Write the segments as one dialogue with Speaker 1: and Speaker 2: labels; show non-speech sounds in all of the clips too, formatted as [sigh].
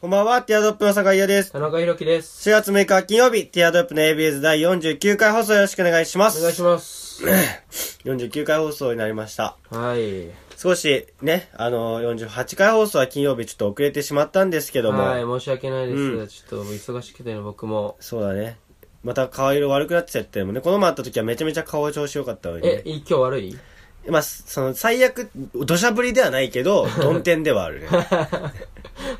Speaker 1: こんばんは、ティアドロップの坂井優です。
Speaker 2: 田中裕樹です。
Speaker 1: 4月6日金曜日、ティアドロップの ABS 第49回放送よろしくお願いしま
Speaker 2: お
Speaker 1: す。 [coughs]
Speaker 2: 願いします。
Speaker 1: 49回放送になりました。
Speaker 2: はい。
Speaker 1: 少しね、あの、48回放送は金曜日ちょっと遅れてしまったんですけども、
Speaker 2: はい、申し訳ないです。
Speaker 1: うん
Speaker 2: ちょっと忙しくてね、僕も。
Speaker 1: そうだね。また顔色悪くなってたやってもね、この前会った時はめちゃめちゃ顔調子良かったのに、
Speaker 2: え
Speaker 1: ね、。
Speaker 2: い今日悪い
Speaker 1: まあ、その、最悪、土砂降りではないけ
Speaker 2: [laughs]
Speaker 1: ど、曇天ではあるね。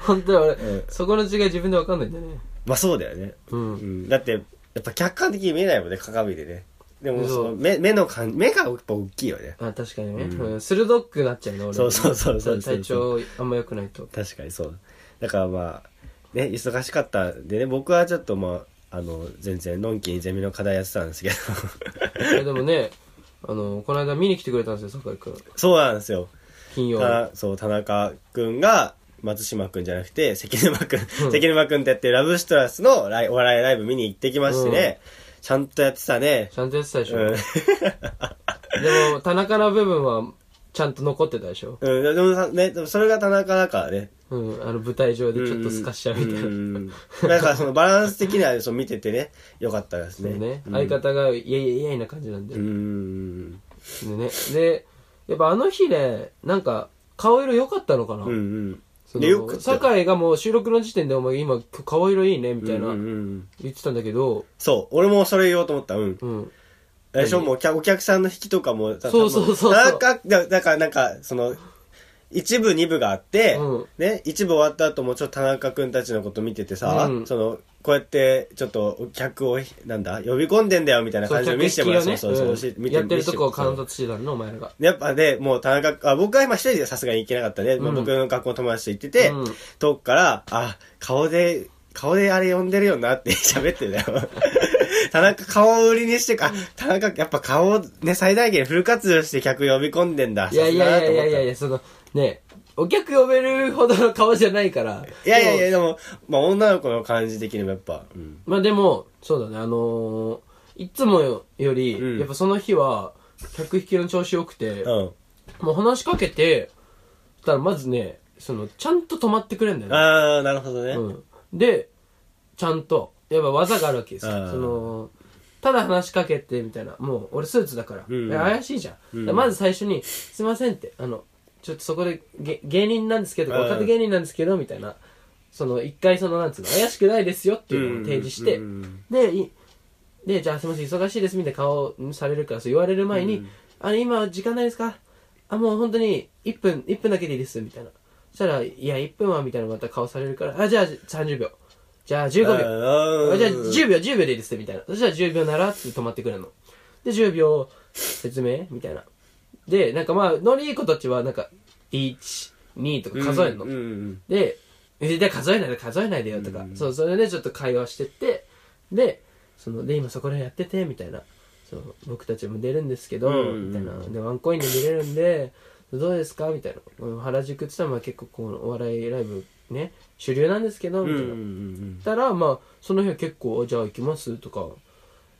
Speaker 2: 本当に俺、
Speaker 1: う
Speaker 2: そこの違い自分でわかんないんだね。
Speaker 1: まあそうだよね。
Speaker 2: う。
Speaker 1: うんん、だって、やっぱ客観的に見えないもんね、鏡でね。でも、そ
Speaker 2: そ
Speaker 1: の
Speaker 2: う
Speaker 1: 目、目の感じ、目がやっぱ大きいよね。
Speaker 2: あ、確かにね。
Speaker 1: うん
Speaker 2: うん鋭くなっちゃうね、俺。
Speaker 1: そうそうそうそう
Speaker 2: 体調あんま良くないと。
Speaker 1: 確かにそうだからまあね忙しかったんでね僕はちょっとまああの全然のんきにゼミの課題やってたんですけど [laughs]
Speaker 2: えでもね、あの、この間見に来てくれたんですよ、酒井くん。
Speaker 1: そうなんですよ
Speaker 2: 金曜
Speaker 1: たなそう田中君が松島君じゃなくて関沼君、
Speaker 2: うん
Speaker 1: 関沼君ってやってるラブストラスのライお笑いライブ見に行ってきましてね、ちゃんとやってたね
Speaker 2: ちゃんとやってたでしょ。
Speaker 1: うん、
Speaker 2: でも、田中の部分は、ちゃんと残ってたでしょ。
Speaker 1: うん、でもさねでもそれが田中だからね
Speaker 2: うん、あの、舞台上でちょっと透かしちゃうみたいな。
Speaker 1: うんうんだからそのバランス的にはそう見ててねよかったです
Speaker 2: そう
Speaker 1: ね
Speaker 2: ね、
Speaker 1: うん
Speaker 2: 相方がイエイエイエイな感じなんで,、
Speaker 1: うん
Speaker 2: でねでやっぱあの日ねなんか顔色良かったのかな、
Speaker 1: うんうん
Speaker 2: そ
Speaker 1: でよく
Speaker 2: の酒井がもう収録の時点で「お前今顔色いいね」みたい
Speaker 1: うんうん
Speaker 2: な
Speaker 1: うん
Speaker 2: 言ってたんだけど、
Speaker 1: そう、俺もそれ言おうと思った。うん。
Speaker 2: うん、
Speaker 1: え、しょもお客お客さんの引きとかも、た
Speaker 2: そうそうそう
Speaker 1: なんか、だだからなんか、その、一部二部があって、
Speaker 2: うん
Speaker 1: ね、一部終わった後もちょっと田中くんたちのこと見ててさ、
Speaker 2: うん
Speaker 1: その、こうやって、ちょっとお客を、なんだ、呼び込んでんだよみたいな
Speaker 2: そう
Speaker 1: 感じを
Speaker 2: 客
Speaker 1: 見
Speaker 2: 引
Speaker 1: せて
Speaker 2: き
Speaker 1: もら
Speaker 2: を
Speaker 1: う。
Speaker 2: ね
Speaker 1: そうそうそう、
Speaker 2: うん
Speaker 1: 見て
Speaker 2: やってるとこを
Speaker 1: 見せてもら
Speaker 2: 観
Speaker 1: う
Speaker 2: 察してたのお前らが
Speaker 1: やっぱで、もう田中、あ、僕は今一人でさすがに行けなかったね。まあ
Speaker 2: うん
Speaker 1: 僕の学校の友達と行ってて、
Speaker 2: うん
Speaker 1: 遠くから、あ、顔で、顔であれ呼んでるよなって [laughs] 喋ってたよ。田中顔を売りにしてか、あ田中やっぱ顔をね、最大限フル活用して客呼び込んでんだ。
Speaker 2: いやいやいやいやいやい
Speaker 1: や。
Speaker 2: やそのねお客呼べるほどの顔じゃないから
Speaker 1: いやいやい
Speaker 2: で
Speaker 1: や、
Speaker 2: も
Speaker 1: でも、まあ女の子の感じ的にもやっぱ、うん。
Speaker 2: まあでもそうだねあのーいつもより、
Speaker 1: うん
Speaker 2: やっぱその日は客引きの調子良くて、
Speaker 1: うん。
Speaker 2: もう話しかけて、そしたらまずね、その、ちゃんと止まってくれんだよ
Speaker 1: あー、なるほどね。
Speaker 2: ね。うん。で、ちゃんと、やっぱ技があるわけです
Speaker 1: あ
Speaker 2: よ。
Speaker 1: ー
Speaker 2: その、ただ話しかけて、みたいな。もう、俺スーツだから。
Speaker 1: うん
Speaker 2: いや怪しいじゃん。
Speaker 1: ん
Speaker 2: だからまず最初に、すいませんって、あの、ちょっとそこで、げ芸人なんですけど、
Speaker 1: うん
Speaker 2: 若手芸人なんですけど、みたいな。その、一回その、なんつうの、怪しくないですよっていうのを提示して、
Speaker 1: うんうん
Speaker 2: で、いで、じゃあすみません、忙しいですみたいな顔されるから、そう言われる前に、あの、今、時間ないですかあ、もう本当に、1分、1分だけでいいです、みたいな。そしたら、いや、1分は、みたいなまた顔されるから、あ、じゃあ30秒。じゃあ15秒。
Speaker 1: あー
Speaker 2: あじゃあ10秒、10秒でいいですみたいな。そしたら10秒ならって止まってくれるの。で、10秒説明みたいな。で、なんかまあ、ノリいい子たちは、なんか、1、2とか数えるの。
Speaker 1: うんうん
Speaker 2: で、え、で、数えないで、数えないでよとか、そう、それでちょっと会話してって、で、その、で、今そこら辺やってて、みたいな。そう、僕たちも出るんですけど、
Speaker 1: うんうん
Speaker 2: みたいな。で、ワンコインで出れるんで、どうですかみたいな。うん原宿って言ったら、結構こう、お笑いライブね、主流なんですけど、
Speaker 1: うん。
Speaker 2: み
Speaker 1: う
Speaker 2: たい
Speaker 1: ん
Speaker 2: な。
Speaker 1: うんうん
Speaker 2: たら、まあ、その日は結構、じゃあ行きますとか、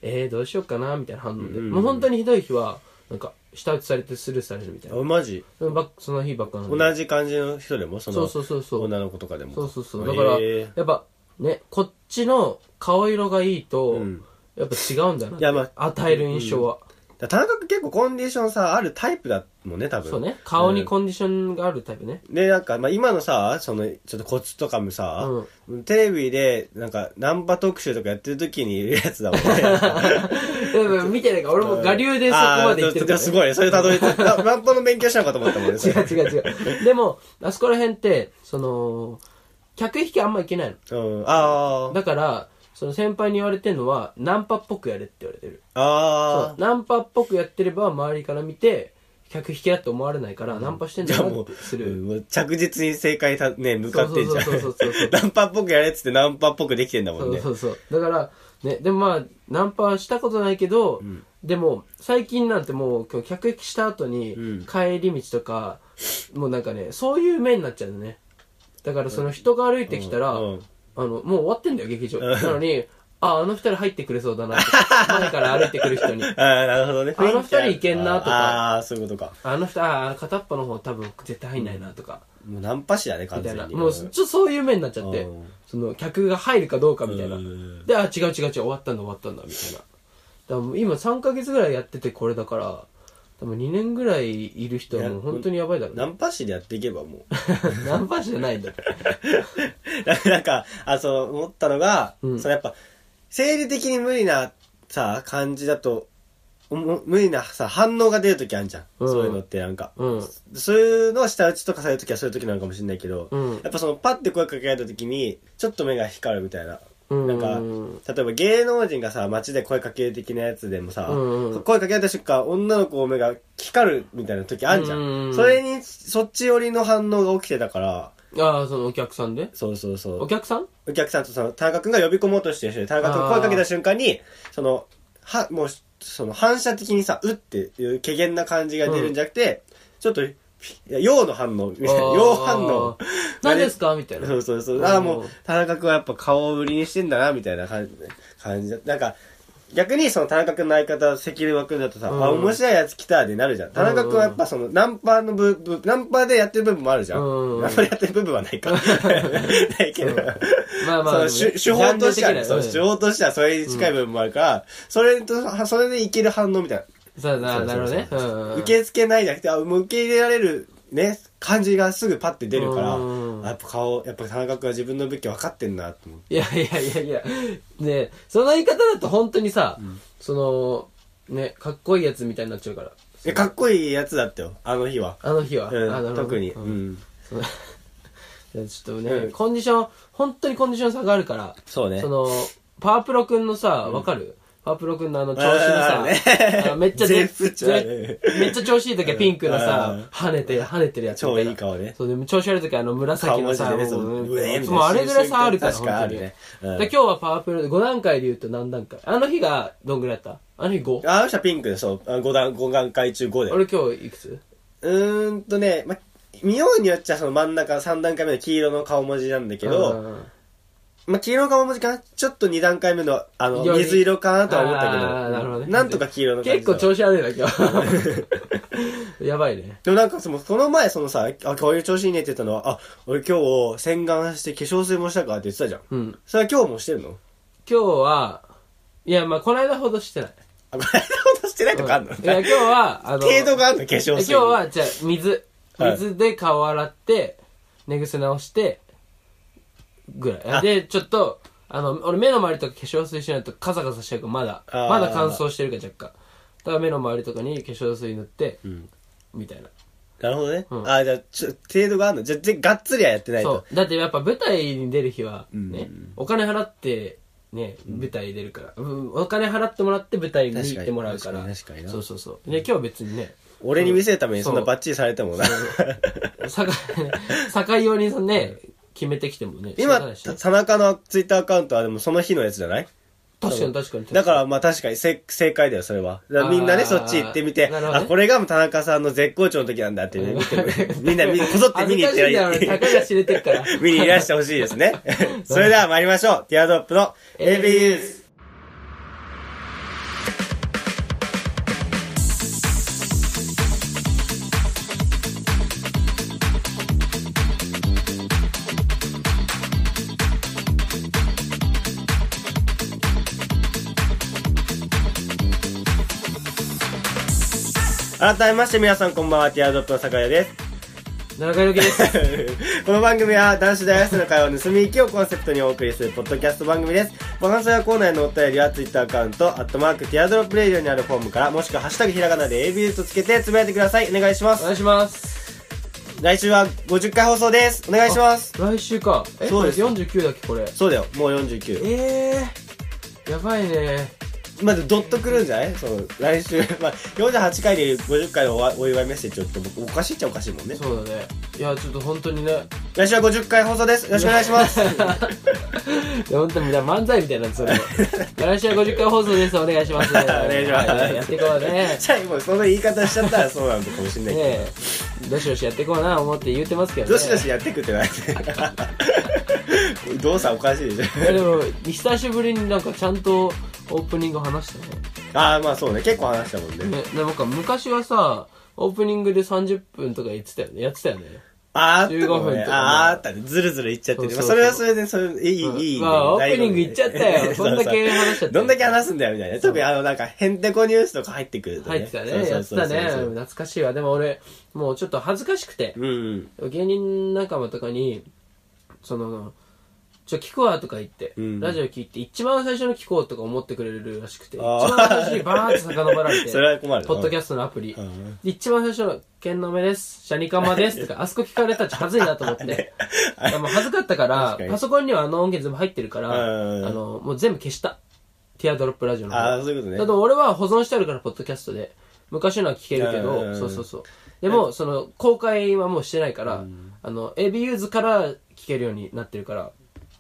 Speaker 2: えー、どうしようかなみたいな反応で。
Speaker 1: うん
Speaker 2: もう本当にひどい日は、なんか、舌打ちされてスルーされるみたい
Speaker 1: うん。あ、
Speaker 2: な。
Speaker 1: マジ
Speaker 2: そのばっその日ばっかなんで。
Speaker 1: 同じ感じの人でもその、
Speaker 2: そうそうそうそう。
Speaker 1: 女の子とかでも。
Speaker 2: そうそうそう。だから、
Speaker 1: えー
Speaker 2: やっぱ、ね、こっちの顔色がいいと、
Speaker 1: うん
Speaker 2: やっぱ違うんだなっ
Speaker 1: い
Speaker 2: て。
Speaker 1: やまあ
Speaker 2: 与える印象は。
Speaker 1: だから田中君結構コンディションさあるタイプだもんね多分
Speaker 2: そうね。顔に
Speaker 1: ン、
Speaker 2: コンディションがあるタイプね。
Speaker 1: うんでなんか、まあ、今のさそのちょっとコツとかもさ、テレビでなんかナンパ特集とかやってる時にいるやつだもんね
Speaker 2: でも見てないから、俺も [laughs] 我流でそこまで行ってるから、
Speaker 1: あーすごいねそれたどり着い
Speaker 2: [laughs]
Speaker 1: たナナンパの勉強しなのかと思ったもんねそ
Speaker 2: 違 [laughs]
Speaker 1: れ
Speaker 2: う違う違う。でも、あそこら辺って、その、客引きあんまいけない
Speaker 1: うん、あ
Speaker 2: の。
Speaker 1: ー
Speaker 2: だから、その先輩に言われてるのは、ナンパっぽくやれって言われてる。そ
Speaker 1: あ
Speaker 2: うナンパっぽくやってれば、周りから見て、客引きだと思われないから、ナンパして
Speaker 1: ー
Speaker 2: ん
Speaker 1: じ
Speaker 2: だ
Speaker 1: ゃあ
Speaker 2: な
Speaker 1: も
Speaker 2: っ
Speaker 1: う
Speaker 2: てする。
Speaker 1: うんもう着実に正解た、ね、向かってんじゃん
Speaker 2: そうそうそうそうそう
Speaker 1: [laughs] ナンパっぽくやれっつってナンパっぽくできてんだも
Speaker 2: そ
Speaker 1: ん
Speaker 2: う
Speaker 1: ね
Speaker 2: そうそう。だから、ね、でもまあ、ナンパはしたことないけど、でも、最近なんてもう、今日客引きした後に、
Speaker 1: うん
Speaker 2: 帰り道とか、もうなんかね、そういう面になっちゃうのね。だからその人が歩いてきたら、
Speaker 1: うんうん
Speaker 2: あの、もう終わってんだよ、劇場。
Speaker 1: うん
Speaker 2: なのに、あ、あの二人入ってくれそうだなって。前から歩いてくる人
Speaker 1: [laughs]
Speaker 2: に。
Speaker 1: ああなるほどね
Speaker 2: あの二人いけんなとか
Speaker 1: ああーそういうことか
Speaker 2: あの二人、あ片っぽの方多分絶対入んないなとか。
Speaker 1: もうナンパ師だね、
Speaker 2: み
Speaker 1: 完
Speaker 2: たい
Speaker 1: 全
Speaker 2: な。
Speaker 1: に。
Speaker 2: もう、ちょっとそういう面になっちゃって
Speaker 1: うん、
Speaker 2: その、客が入るかどうかみたいな
Speaker 1: う。ん
Speaker 2: で、あ、違う違う違う、終わったんだ、終わったんだ、みたいな。だからもう今3ヶ月ぐらいやっててこれだから、多分2年ぐらいいる人はもう本当にやばいだろう
Speaker 1: ナ
Speaker 2: ね。
Speaker 1: ンパ師でやっていけばもう。
Speaker 2: [laughs] ナンパじゃない
Speaker 1: [laughs]
Speaker 2: んだ。
Speaker 1: なんか、あ、そう思ったのが、
Speaker 2: うん
Speaker 1: そのやっぱ、生理的に無理なさ、感じだと、おも無理なさ、反応が出るときあるじゃん。
Speaker 2: うん
Speaker 1: そういうのってなんか。
Speaker 2: うん。
Speaker 1: そういうのを下打ちとかされるときはそういうときなのかもしれないけど、
Speaker 2: うん
Speaker 1: やっぱそのパッて声かけられたときに、ちょっと目が光るみたいな。
Speaker 2: うん
Speaker 1: なんか、例えば芸能人がさ、街で声かける的なやつでもさ、
Speaker 2: うんうん
Speaker 1: 声かけられた瞬間、女の子の目が光るみたいな時あんじゃん。
Speaker 2: うんうん
Speaker 1: それに、そっち寄りの反応が起きてたから、
Speaker 2: ああ、そのお客さんで
Speaker 1: そうそうそ
Speaker 2: お
Speaker 1: う。
Speaker 2: 客さん
Speaker 1: お客さんとその、田中くんが呼び込もうとしてる人で、田中くん
Speaker 2: あー
Speaker 1: 声かけた瞬間に、その、は、もう、その反射的にさ、うっていう、怪げな感じが出るんじゃなくて、ちょっと、ピいや陽の反応みたいな、陽反応。
Speaker 2: あー。何ですかみたいな。
Speaker 1: そうそうそう。ああ、
Speaker 2: うん
Speaker 1: もう、田中君はやっぱ顔を売りにしてんだな、みたいな感じ、感じだ。なんか、逆にその田中君の相方、関根君だとさ、
Speaker 2: うん
Speaker 1: あ、面白いやつ来たでなるじゃん。田中君はやっぱその、ナンパの部分、ナンパでやってる部分もあるじゃん。
Speaker 2: うん
Speaker 1: ナンパでやってる部分はない
Speaker 2: [laughs]
Speaker 1: か。 [laughs] ないけど。
Speaker 2: まあまあ、でもね
Speaker 1: その手手法としてはね、
Speaker 2: ジャ
Speaker 1: そ
Speaker 2: ン
Speaker 1: う
Speaker 2: ル的
Speaker 1: 手
Speaker 2: なうん
Speaker 1: 法としてはそれに近い部分もあるから、それと、それでいける反応みたいな。
Speaker 2: そうだな、なるほどね。
Speaker 1: そうそうそう
Speaker 2: うん
Speaker 1: 受け付けないじゃなくて、あ、もう受け入れられるね、感じがすぐパッて出るから、
Speaker 2: うん
Speaker 1: あやっぱ顔、やっぱ田中君は自分の武器分かってんなと思って。
Speaker 2: いやいやいやいや、ねえその言い方だと本当にさ、その、ね、かっこいいやつみたいになっちゃうから。
Speaker 1: え、かっこいいやつだったよ、あの日は。
Speaker 2: あの日は。
Speaker 1: うん
Speaker 2: あなるほど
Speaker 1: 特に、
Speaker 2: う [laughs]
Speaker 1: うんん。
Speaker 2: いやちょっとね、
Speaker 1: うん
Speaker 2: コンディション、本当にコンディション差があるから、
Speaker 1: そうね。
Speaker 2: その、パワープロくんのさ、わかるパワープロくんのあの調子の
Speaker 1: あー
Speaker 2: さ
Speaker 1: あ、るね
Speaker 2: あめっちゃぜ
Speaker 1: 全部違う
Speaker 2: ぜめっちゃ調子いい時はピンクの
Speaker 1: う
Speaker 2: さ
Speaker 1: ん、
Speaker 2: 跳ねて、跳ねてるやつみたな
Speaker 1: 超いい顔ね
Speaker 2: そう、でも調子悪い時はあの紫のさ、
Speaker 1: 顔文字でね
Speaker 2: もう
Speaker 1: そう
Speaker 2: ね
Speaker 1: うえみたいな
Speaker 2: もうあれぐらい差あるから、
Speaker 1: 確かに
Speaker 2: 本当に
Speaker 1: あるねうん
Speaker 2: で今日はパワープロ、5段階で言うと何段階あの日がどんぐらいだったあの日 5?
Speaker 1: あの人はピンクで、そう、あ五段、五段階中5で。
Speaker 2: 俺今日いくつ
Speaker 1: うーんとね、ま、見ようによっちゃその真ん中3段階目の黄色の顔文字なんだけど、
Speaker 2: うん
Speaker 1: まあ、黄色の顔文字かなちょっと2段階目の、あの、
Speaker 2: より
Speaker 1: 水色かなとは思ったけ
Speaker 2: あー
Speaker 1: ど、
Speaker 2: なるほどね
Speaker 1: なんとか黄色の感じ
Speaker 2: 結構調子悪いな、今
Speaker 1: [laughs]
Speaker 2: 日。やばいね。
Speaker 1: でもなんかその、この前そのさ、あ、こういう調子いいねって言ったのは、あ、俺今日洗顔して化粧水もしたからって言ってたじゃん。
Speaker 2: うん。
Speaker 1: それは今日もしてるの
Speaker 2: 今日は、いや、まあ、この間ほどしてない。
Speaker 1: あ、これほどしてないとかあんの、
Speaker 2: いや、今日は、あの、
Speaker 1: 程度があるの化粧
Speaker 2: 今
Speaker 1: 水。
Speaker 2: 日、は、じゃあ水。
Speaker 1: はい
Speaker 2: 水で顔洗って、寝癖直して、ぐらい。
Speaker 1: あ
Speaker 2: で、ちょっと、あの、俺目の周りとか化粧水しないとカサカサしちゃうから、まだ、
Speaker 1: あー
Speaker 2: まだ乾燥してるから若干。だから目の周りとかに化粧水塗って、
Speaker 1: うん。
Speaker 2: みたいな。
Speaker 1: なるほどね。
Speaker 2: うん
Speaker 1: あ、じゃあ、ちょ、程度があるのじゃあ、ぜがっつりはやってない
Speaker 2: そ
Speaker 1: と。
Speaker 2: う。だってやっぱ舞台に出る日は、ね、
Speaker 1: うん
Speaker 2: お金払って、ね、舞台に出るから、うんお金払ってもらって舞台に行ってもらうから。
Speaker 1: 確かに確かに確かにな
Speaker 2: そうそうそう。で、今日は別にね、
Speaker 1: 俺に見せるために
Speaker 2: そ
Speaker 1: そう
Speaker 2: そうん
Speaker 1: なバッチリされてもな。
Speaker 2: [laughs] 酒井用にね、決めてきてもね、仕方な
Speaker 1: 今、
Speaker 2: いしね
Speaker 1: た田中のツイッターアカウントはでもその日のやつじゃない
Speaker 2: 確かに確かに。
Speaker 1: だから、まあ確かにせ正解だよ、それは。だからみんな
Speaker 2: あ
Speaker 1: ね、
Speaker 2: ー
Speaker 1: そっち行ってみて、
Speaker 2: なるほどね
Speaker 1: あ、これがもう田中さんの絶好調の時なんだってね、見てみんな、みんなこぞって見に行って
Speaker 2: る。
Speaker 1: ら
Speaker 2: 恥ずかしいんだよ、俺酒井が知れてるから。
Speaker 1: [laughs] 見にいらしてほしいですね。それでは参りましょう。ティアドロップの AB ユース。改めまして皆さんこんばんは、ティアドロップの酒屋です。
Speaker 2: 中井です。
Speaker 1: [laughs] この番組は男子大学生の会話を盗み行きをコンセプトにお送りするポッドキャスト番組です。バカンサやコーナーへのお便りは Twitter アカウント、アットマークティアドロップレイディオにあるフォームから、もしくはハッシュタグひらがなで ABU とつけてつぶやいてください。お願いしま
Speaker 2: お
Speaker 1: す。
Speaker 2: 願いします。
Speaker 1: 来週は50回放送です。お願いします。
Speaker 2: 来週か。え、
Speaker 1: そうです
Speaker 2: これ49だっけ、これ。
Speaker 1: そうだよ、もう49。
Speaker 2: えー、やばいね。
Speaker 1: まずドッとくるんじゃないそう、来週。 [laughs] まあ、48回で50回のおお祝いメッセージをちょっとおかしいっちゃおかしいもんね。
Speaker 2: そうだね。いや、ちょっと本当にね。
Speaker 1: 来週は50回放送です。よろしく [laughs] お願いし
Speaker 2: [laughs]
Speaker 1: ます。
Speaker 2: いや本当にみんな漫才みたいなんですよ、それも。来週は50回放送です。お願いし
Speaker 1: [laughs]
Speaker 2: ます。お
Speaker 1: 願いします
Speaker 2: やっていこ
Speaker 1: [laughs]
Speaker 2: うね。
Speaker 1: 最後、その言い方しちゃったらそうなのかもしれないけど。
Speaker 2: ねえ、どしどしやっていこうな、思って言ってますけどね。
Speaker 1: どしどしやってくってなって。動作おかしいでし
Speaker 2: いや
Speaker 1: ょ。
Speaker 2: でも、久しぶりになんかちゃんとオープニング話したね。
Speaker 1: ああ、まあそうね。結構話したもんね。
Speaker 2: ね、なんか昔はさ、オープニングで30分とか言ってたよね。やってたよね。
Speaker 1: あーあったね
Speaker 2: 15分とかね
Speaker 1: あーあったね。ずるずるいっちゃってね。
Speaker 2: そう
Speaker 1: ま
Speaker 2: そ
Speaker 1: あ
Speaker 2: う
Speaker 1: そ
Speaker 2: そう
Speaker 1: れはそれで、それ、いい、いい。
Speaker 2: まあ、オ
Speaker 1: 醍醐味
Speaker 2: ープニングいっちゃった
Speaker 1: [laughs]
Speaker 2: よ。そんだけ話しちゃった。
Speaker 1: どんだけ話すんだよ、みたいな。特にあの、なんか、へんてこニュースとか入ってくるとね。
Speaker 2: 入ってたね。
Speaker 1: そうそう
Speaker 2: やって
Speaker 1: そう
Speaker 2: た
Speaker 1: そう
Speaker 2: ね。懐かしいわ。でも俺、もうちょっと恥ずかしくて、
Speaker 1: うん。
Speaker 2: 芸人仲間とかに、その、ちょ、聞くわとか言って、
Speaker 1: うん
Speaker 2: ラジオ聞いて、一番最初の聞こうとか思ってくれるらしくて、一
Speaker 1: あー
Speaker 2: 番最初にバーッと遡られて、
Speaker 1: [laughs] それは困る。
Speaker 2: ポッドキ
Speaker 1: ャ
Speaker 2: ャストのアプリ。
Speaker 1: うん
Speaker 2: 一番最初の、ケンのめです、シャニカマですとか、あそこ聞かれたらちょっと恥ずいなと思
Speaker 1: [laughs]
Speaker 2: って。でも恥ずかったから
Speaker 1: 確かに
Speaker 2: パソコンにはあの音源全部入ってるから、
Speaker 1: うん
Speaker 2: あの、もう全部消した。ティアドロップラジオの方。
Speaker 1: ああ、そういうことね。
Speaker 2: だって俺は保存してあるから、ポッドキャストで。昔のは聞けるけ
Speaker 1: うんうんう
Speaker 2: ど、
Speaker 1: ん
Speaker 2: そうそうそう。でも、その、公開はもうしてないから、あの、エビユーズから聞けるようになってるから、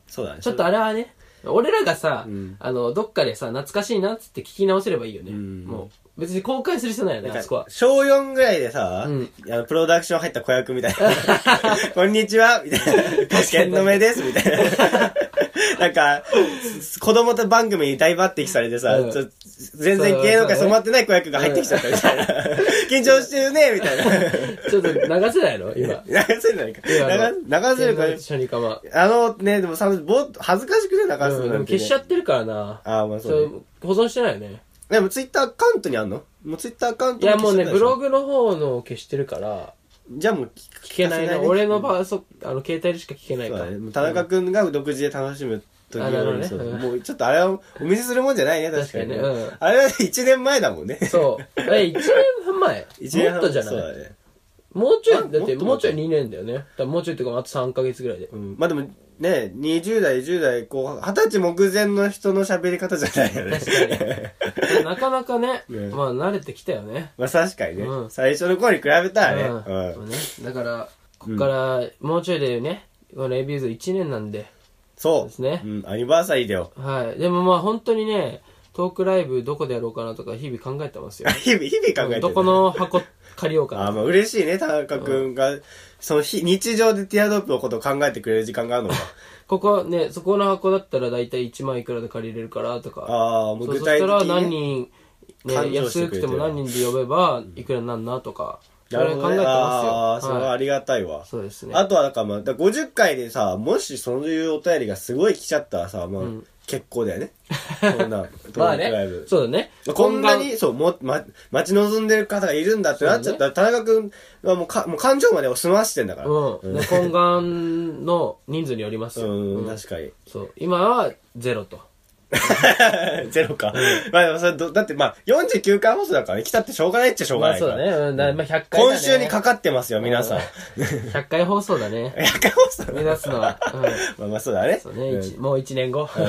Speaker 1: そうだね。
Speaker 2: ちょっとあれはね、俺らがさ、
Speaker 1: うん
Speaker 2: あの、どっかでさ、懐かしいなっつって聞き直せればいいよね。
Speaker 1: ん
Speaker 2: もう、別に公開する必要ないよね、
Speaker 1: なん
Speaker 2: あ
Speaker 1: か
Speaker 2: そこは。
Speaker 1: 小4ぐらいでさ、
Speaker 2: うん
Speaker 1: あのプロダクション入った子役みたいな。 [laughs] こんにちはみたいな。試験の目ですみたい
Speaker 2: [laughs]
Speaker 1: な。なんか、す子供と番組に大抜擢されてさ、
Speaker 2: うん
Speaker 1: ちょ全然芸能界
Speaker 2: そうそうね
Speaker 1: 染まってない子役が入ってきちゃったみたいな。 [laughs] 緊張してるねみたいな。
Speaker 2: ちょっと流せないの今。
Speaker 1: 流せないか。
Speaker 2: いやあの
Speaker 1: 流せるか
Speaker 2: 天皇一緒にかま。
Speaker 1: あのね、でもさ、ぼーっと恥ずかしくて流すのなんて
Speaker 2: う
Speaker 1: ね、
Speaker 2: んでも消しちゃってるからな。
Speaker 1: ああ、まあ
Speaker 2: そ
Speaker 1: そう
Speaker 2: れ
Speaker 1: ね。
Speaker 2: 保存してないよね。
Speaker 1: でもツイッターアカウントにあんのもうツイッターアカウン
Speaker 2: い
Speaker 1: ト
Speaker 2: やもうね、ブロ
Speaker 1: グ。
Speaker 2: グの方のを消してるから、
Speaker 1: じゃあもう
Speaker 2: 聞けない
Speaker 1: 聞かせ
Speaker 2: な。
Speaker 1: ね
Speaker 2: 俺のパソ、あの、携帯でしか聞けない
Speaker 1: そう
Speaker 2: か
Speaker 1: だ
Speaker 2: ら。
Speaker 1: ね、もう田中君が独自で楽しむ時
Speaker 2: あなるほどね
Speaker 1: そう
Speaker 2: うん
Speaker 1: もうちょっとあれはお見せするもんじゃないね、確かにね。
Speaker 2: 確かにねうん
Speaker 1: あれは1年前だもん
Speaker 2: [laughs]
Speaker 1: ね。
Speaker 2: そう。え、1年半前
Speaker 1: [laughs] 一年
Speaker 2: も
Speaker 1: 半
Speaker 2: っとじゃ
Speaker 1: そう
Speaker 2: な
Speaker 1: だ
Speaker 2: い
Speaker 1: ね。
Speaker 2: もうちょ
Speaker 1: あ
Speaker 2: い、だっ
Speaker 1: も
Speaker 2: て
Speaker 1: っと
Speaker 2: もうちょい2年だよね。だからもうちょいっていうか、あと3ヶ月ぐらい
Speaker 1: [laughs]
Speaker 2: で。
Speaker 1: うん、まあでも、ね、20代、10代、後半、20歳目前の人の喋り方じゃないよね。
Speaker 2: 確かに。なかなかね、
Speaker 1: ね
Speaker 2: まあ慣れてきたよね。
Speaker 1: [laughs] まあ確かにね、
Speaker 2: うん
Speaker 1: 最初の頃に比べたらね。
Speaker 2: うん
Speaker 1: うん
Speaker 2: そうねだから、こっから、もうちょいでね、このエビューズ1年なんで。
Speaker 1: そう
Speaker 2: そうですね
Speaker 1: うん、アニバーサリーだよ。 [laughs]
Speaker 2: はい。でもまあ本当にね、トークライブどこでやろうかなとか日々考えてますよ
Speaker 1: あ。日々、日々 [laughs] 考えてる、ね。
Speaker 2: どこの箱借りようか
Speaker 1: あ
Speaker 2: な
Speaker 1: ー。まあ嬉しいね、田中君が、その日、日常でティアドロップのことを考えてくれる時間があ
Speaker 2: [laughs]
Speaker 1: るのか。
Speaker 2: ここね、そこの箱だったら大体1万いくらで借りれるからとか。
Speaker 1: ああ、も
Speaker 2: そう
Speaker 1: 具
Speaker 2: うそし
Speaker 1: 体
Speaker 2: た
Speaker 1: 的
Speaker 2: ら
Speaker 1: に、ね。
Speaker 2: 何人、ね、
Speaker 1: 勘定して
Speaker 2: 安
Speaker 1: くれてる
Speaker 2: くても何人で呼べばいくらになるなとか。そ
Speaker 1: な
Speaker 2: れ
Speaker 1: るほ
Speaker 2: 考
Speaker 1: ど
Speaker 2: え
Speaker 1: ね。
Speaker 2: て
Speaker 1: あ
Speaker 2: ま
Speaker 1: あ、
Speaker 2: す
Speaker 1: そ
Speaker 2: よ。
Speaker 1: れは
Speaker 2: は
Speaker 1: あ
Speaker 2: い
Speaker 1: りがたいわ。
Speaker 2: そうですね。
Speaker 1: あとは、だからまあ、だから50回でさ、もしそういうお便りがすごい来ちゃったらさ、まあ、
Speaker 2: ん
Speaker 1: 結構だよ
Speaker 2: [laughs]
Speaker 1: ね。そんな、ト
Speaker 2: まあ
Speaker 1: ークライ
Speaker 2: ね
Speaker 1: ブ。。
Speaker 2: そうだね。
Speaker 1: こんな
Speaker 2: 懇願
Speaker 1: に、そう、も、ま、待ち望んでる方がいるんだってなっちゃったら、田中君はもうか、もう感情までを済ましてんだから。
Speaker 2: うん。ね懇願の人数によりますよ。
Speaker 1: うん、
Speaker 2: うん
Speaker 1: 確かに。 [laughs]
Speaker 2: そう。今はゼロと。
Speaker 1: ゼロか。まあでもそれど、だってまあ、49回放送だからね、来たってしょうがないっちゃしょうが
Speaker 2: ま
Speaker 1: な
Speaker 2: あ
Speaker 1: い
Speaker 2: そ
Speaker 1: か
Speaker 2: う
Speaker 1: ら。
Speaker 2: だね。うんだまあ100回だね
Speaker 1: 今週にかかってますよ、皆さん。
Speaker 2: 100回放送だ
Speaker 1: [laughs]
Speaker 2: ね。
Speaker 1: 100回放送
Speaker 2: 目指すのは。うん。
Speaker 1: まあまあそうだね。
Speaker 2: そうね、
Speaker 1: うん
Speaker 2: 一もう1年後。
Speaker 1: [laughs] まあ、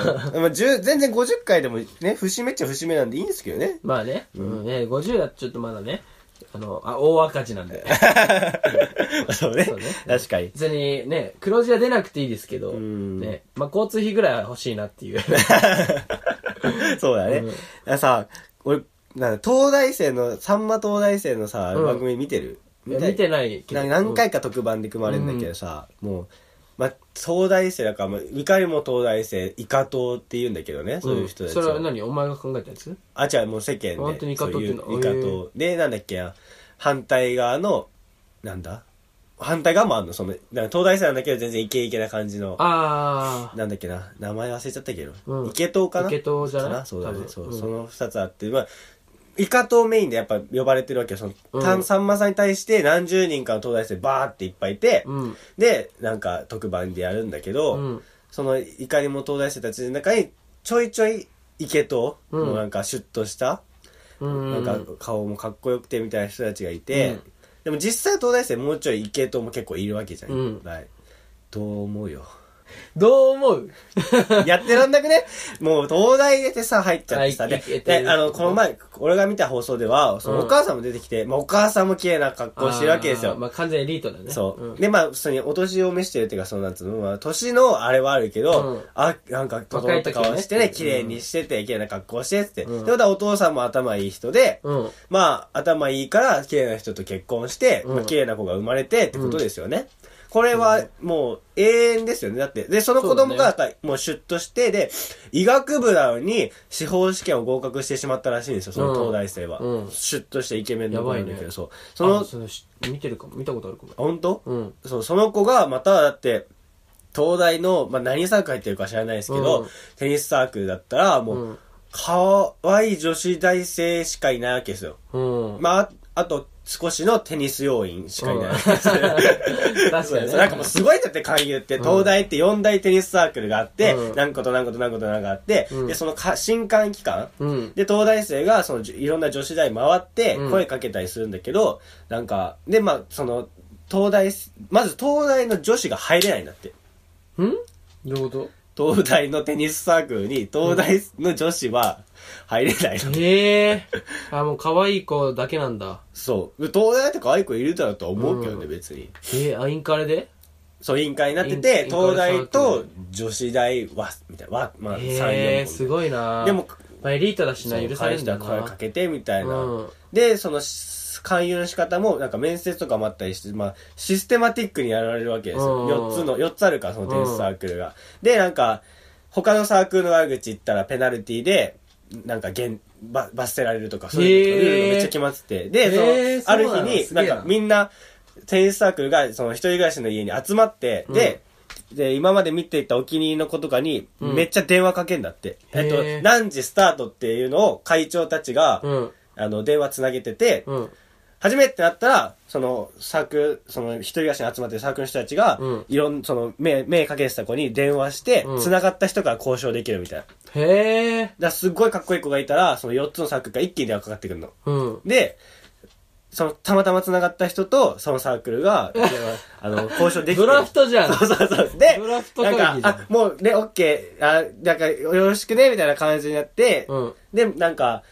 Speaker 1: 10全然50回でもね、節目っちゃ節目なんでいいんですけどね。
Speaker 2: まあね、うんね、50だとちょっとまだね、あの、あ、大赤字な
Speaker 1: [laughs]
Speaker 2: んで。
Speaker 1: そうね
Speaker 2: そうね
Speaker 1: 確かに。
Speaker 2: 別にね、黒字は出なくていいですけど、
Speaker 1: ん
Speaker 2: ね、まあ交通費ぐらいは欲しいなっていう。
Speaker 1: そうだね。
Speaker 2: うん
Speaker 1: だからさ、俺、なんだ、東大生の、さんま東大生のさ、
Speaker 2: うん
Speaker 1: 番組 [laughs] 見てる
Speaker 2: いや見て
Speaker 1: い
Speaker 2: ないけど。
Speaker 1: な何回か特番で組まれるんだけどさ、もう、まあ、東大生だから、まあ、いかにも東大生、イカ党って言うんだけどね、
Speaker 2: う
Speaker 1: そうんいう人たち
Speaker 2: そ
Speaker 1: は
Speaker 2: れは何お前が考えたやつ
Speaker 1: あ、違う、もう世間で。
Speaker 2: 本当にイカ党っていうの
Speaker 1: そうイカ
Speaker 2: へ
Speaker 1: 党。で、なんだっけな、反対側の、なんだ反対側もあんのその、なんか東大生なんだけど全然イケイケな感じの。
Speaker 2: あ
Speaker 1: なんだっけな、名前忘れちゃったけど、
Speaker 2: うん
Speaker 1: イケトウかな
Speaker 2: イケトウじゃない
Speaker 1: かそうだ
Speaker 2: 多
Speaker 1: ね。
Speaker 2: 分
Speaker 1: そう、
Speaker 2: うん
Speaker 1: その二つあって、まあ、イカトウメインでやっぱ呼ばれてるわけよ。その、
Speaker 2: うん
Speaker 1: たん、さんまさんに対して何十人かの東大生バーっていっぱいいて、
Speaker 2: ー、うん。
Speaker 1: で、なんか特番でやるんだけど、
Speaker 2: うん
Speaker 1: そのいかにも東大生たちの中にちょいちょいイケトウ
Speaker 2: うん
Speaker 1: のなんかシュッとした、
Speaker 2: うん。
Speaker 1: なんか顔もかっこよくてみたいな人たちがいて、
Speaker 2: うん
Speaker 1: でも実際東大生もうちょいイケトウも結構いるわけじゃん。
Speaker 2: うん
Speaker 1: はい。どう思うよ。
Speaker 2: どう思う
Speaker 1: [laughs] やってらんなくねもう、東大出てさ、入っちゃってさ、
Speaker 2: はい
Speaker 1: で
Speaker 2: いけ、てる
Speaker 1: で、あの、この前、俺が見た放送では、その
Speaker 2: うん
Speaker 1: お母さんも出てきて、まあ、お母さんも綺麗な格好してるわけです
Speaker 2: あー
Speaker 1: よ。
Speaker 2: まあ完全エリートだね。
Speaker 1: そう。
Speaker 2: ん
Speaker 1: で、まあ、普通にお年を召してるっていうか、そのなんつうの、まあ、年のあれはあるけど、
Speaker 2: うん
Speaker 1: あ、なんか、整った顔してね、
Speaker 2: 若い時
Speaker 1: 綺
Speaker 2: はね
Speaker 1: 麗にしてて、綺麗な格好してって。
Speaker 2: うん
Speaker 1: で、またお父さんも頭いい人で、
Speaker 2: うん。
Speaker 1: まあ、頭いいから、綺麗な人と結婚して、
Speaker 2: うん
Speaker 1: まあ、綺麗な子が生まれてってことですよね。これはもう永遠ですよね。だって。で、その子供がさもうシュッとして、で、医学部なのに司法試験を合格してしまったらしいんですよ、その東大生は。
Speaker 2: うんうん
Speaker 1: シュッとしてイケメンの子なんだけ
Speaker 2: やばい
Speaker 1: ど、
Speaker 2: ね
Speaker 1: そう。そ
Speaker 2: その
Speaker 1: の、
Speaker 2: そのし見てるかも見たことあるかも
Speaker 1: 本当、
Speaker 2: うん
Speaker 1: そうその子がまただって東大の、まあ、何サークル入ってるか知らないですけど、
Speaker 2: うん
Speaker 1: テニスサークルだったらもう、
Speaker 2: うん
Speaker 1: 可愛い女子大生しかいないわけですよ、
Speaker 2: うん、
Speaker 1: まああと少しのテニス要員し
Speaker 2: [laughs]
Speaker 1: かいないわけですよ、そうで
Speaker 2: 確かにね
Speaker 1: すなんかもうすごいんだって、勧誘って。東大って4大テニスサークルがあって、
Speaker 2: うん
Speaker 1: 何個と何個と何個と何個あって、
Speaker 2: うん
Speaker 1: で、そのか新刊期間、
Speaker 2: うん
Speaker 1: で、東大生が、その、じゅいろんな女子大回って
Speaker 2: う、ん
Speaker 1: 声かけたりするんだけど、なんか、で、まあ、その、東大、まず東大の女子が入れないんだって。
Speaker 2: うんどういうこと
Speaker 1: 東大のテニスサークルに、東大の女子は入れないの。
Speaker 2: へえあもう可愛い子だけなんだ
Speaker 1: そう。で東大って可愛い子いるだろうとは思うけどね、
Speaker 2: うん
Speaker 1: 別に。
Speaker 2: えー、あインカレで
Speaker 1: そう、委員会になって
Speaker 2: 委
Speaker 1: て、
Speaker 2: 員
Speaker 1: 東
Speaker 2: 委
Speaker 1: 大
Speaker 2: 員会サーク
Speaker 1: と女子大は、みたいな、は、まあ、3、
Speaker 2: へえ
Speaker 1: 4
Speaker 2: ー、すごいな
Speaker 1: でも、
Speaker 2: まあ、エリートだしな
Speaker 1: そう
Speaker 2: 許されるんだ
Speaker 1: 返したら声か
Speaker 2: な
Speaker 1: けてみたいな、
Speaker 2: うん
Speaker 1: でその勧誘の仕方もなんか面接とかもあったりして、まあ、システマティックにやられるわけですよ、
Speaker 2: うん
Speaker 1: 4つの4つあるからそのテニスサークルが、でなんか他のサークルの悪口言ったらペナルティでなんか減ば罰せられるとかそういうルールがめっちゃ決まっててでその、
Speaker 2: へー
Speaker 1: ある
Speaker 2: そうなの
Speaker 1: 日に
Speaker 2: す
Speaker 1: な
Speaker 2: げ
Speaker 1: ん
Speaker 2: えな
Speaker 1: かみんなテニスサークルがその一人暮らしの家に集まって、でで、今まで見ていたお気に入りの子とかに、
Speaker 2: うん
Speaker 1: めっちゃ電話かけんだって。
Speaker 2: へー
Speaker 1: えっと、何時スタートっていうのを会長たちが、
Speaker 2: うん
Speaker 1: あの、電話つなげてて、
Speaker 2: うん
Speaker 1: 初めってなったら、そのサークル、その一人暮らしに集まってるサークルの人たちが、
Speaker 2: うん
Speaker 1: いろん、その目、目かけてた子に電話して、
Speaker 2: うん
Speaker 1: つながった人から交渉できるみたいな。だか
Speaker 2: へえ
Speaker 1: らすっごいかっこいい子がいたら、その4つのサークルが一気に電話かかってくるの。
Speaker 2: うん
Speaker 1: で、その、たまたま繋がった人と、そのサークル
Speaker 2: [laughs]
Speaker 1: が、電話あの、交渉できて
Speaker 2: ドラフトじゃん
Speaker 1: そうそうそう。で、
Speaker 2: ドラフト会議じゃ
Speaker 1: なんんか、あ、もう、ね、オッケー、あ、なんか、よろしくね、みたいな感じになって、
Speaker 2: うん
Speaker 1: で、なんか、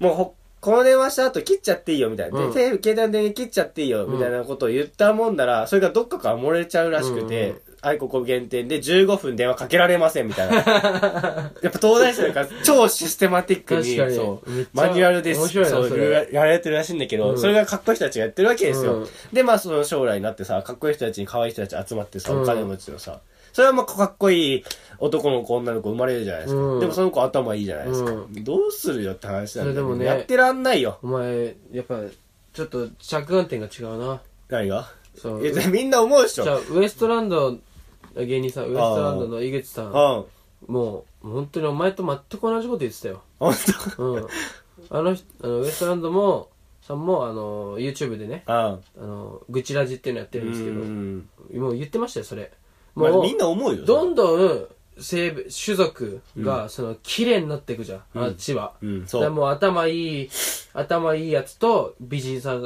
Speaker 1: もうほ、この電話した後切っちゃっていいよ、みたいな。
Speaker 2: うん
Speaker 1: で、手携帯の電源切っちゃっていいよ、みたいなことを言ったもんなら、それがどっかから漏れちゃうらしく
Speaker 2: うんう
Speaker 1: て
Speaker 2: ん、
Speaker 1: あいここ限定で15分電話かけられません、み
Speaker 2: [laughs]
Speaker 1: たいな。やっぱ東大生だから超システマティックに、
Speaker 2: 確かに
Speaker 1: そう
Speaker 2: めっちゃ
Speaker 1: マニュアルです。
Speaker 2: 面白いな
Speaker 1: そう
Speaker 2: それ
Speaker 1: やられてるらしいんだけど、
Speaker 2: うん
Speaker 1: それがかっこいい人たちがやってるわけですよ。
Speaker 2: うん
Speaker 1: で、まあその将来になってさ、かっこいい人たちに可愛い人たち集まってさ、
Speaker 2: うん
Speaker 1: お金持ちのさ、それはまあかっこいい男の子、女の子生まれるじゃないですか。
Speaker 2: うん
Speaker 1: でもその子頭いいじゃないですか。
Speaker 2: う
Speaker 1: どうするよって話なんだけ
Speaker 2: それで
Speaker 1: ど、
Speaker 2: もね
Speaker 1: やってらんないよ。
Speaker 2: お前やっぱちょっと着眼点が違うな
Speaker 1: 何が
Speaker 2: そう
Speaker 1: いや、みんな思うでし
Speaker 2: じゃあ
Speaker 1: ょ。
Speaker 2: ウエストランド芸人さんウエストランドの井口さ
Speaker 1: うんん。本
Speaker 2: もう本当にお前と全く同じこと言ってたよ
Speaker 1: 当
Speaker 2: うんあの人あのウエストランドもさんもあの YouTube でね
Speaker 1: うん。
Speaker 2: あの愚痴ラジっていうのやってるんですけど
Speaker 1: うん。
Speaker 2: もう言ってましたよそれ
Speaker 1: まあ
Speaker 2: もう
Speaker 1: みんな思うよ。
Speaker 2: ど
Speaker 1: ん
Speaker 2: んどん性別種族がその綺麗になっていくじゃん、あっちは、
Speaker 1: うん、
Speaker 2: だ
Speaker 1: そ
Speaker 2: から
Speaker 1: う。
Speaker 2: もう頭いい頭いいやつと美人さん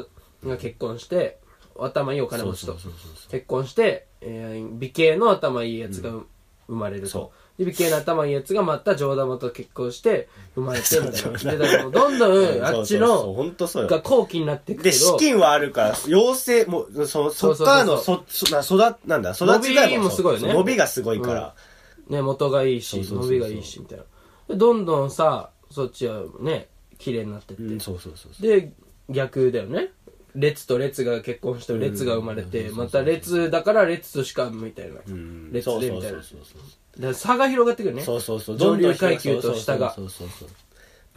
Speaker 2: が結婚して頭いいお金持ち
Speaker 1: そ
Speaker 2: と
Speaker 1: うそうそうそ
Speaker 2: 結婚して、えー美形の頭いいやつが生生まれると
Speaker 1: そ、
Speaker 2: で美形の頭いいやつがまた上玉と結婚して生まれてみた
Speaker 1: そ
Speaker 2: いうな
Speaker 1: そう
Speaker 2: でだからもうどんど、
Speaker 1: うんん
Speaker 2: あ
Speaker 1: そうそう
Speaker 2: っち
Speaker 1: そう
Speaker 2: の
Speaker 1: 本当そうよ。
Speaker 2: が後期になっていくけ
Speaker 1: で、資
Speaker 2: ど
Speaker 1: 金はあるから、養成、もう、その、そっからの、
Speaker 2: そ
Speaker 1: そ、そ、な、育、なんだ、育ちが
Speaker 2: 伸びもすごいよね
Speaker 1: そう伸びがすごいから。
Speaker 2: ね、元がいいし
Speaker 1: そうそうそう
Speaker 2: 伸
Speaker 1: そう
Speaker 2: びがいいしみたいなでどんどんさそっちはね綺麗になってって、
Speaker 1: うん、そうそうそうそう。
Speaker 2: で逆だよね列と列が結婚して列が生まれて、また列だから列としかみたいな、
Speaker 1: うん
Speaker 2: 列
Speaker 1: そう
Speaker 2: で
Speaker 1: そう
Speaker 2: みたい
Speaker 1: そ
Speaker 2: な
Speaker 1: うそうそう。
Speaker 2: だから差が広がってくるね
Speaker 1: そうそうそう。
Speaker 2: 上流階級と下が
Speaker 1: そうそうそうそう。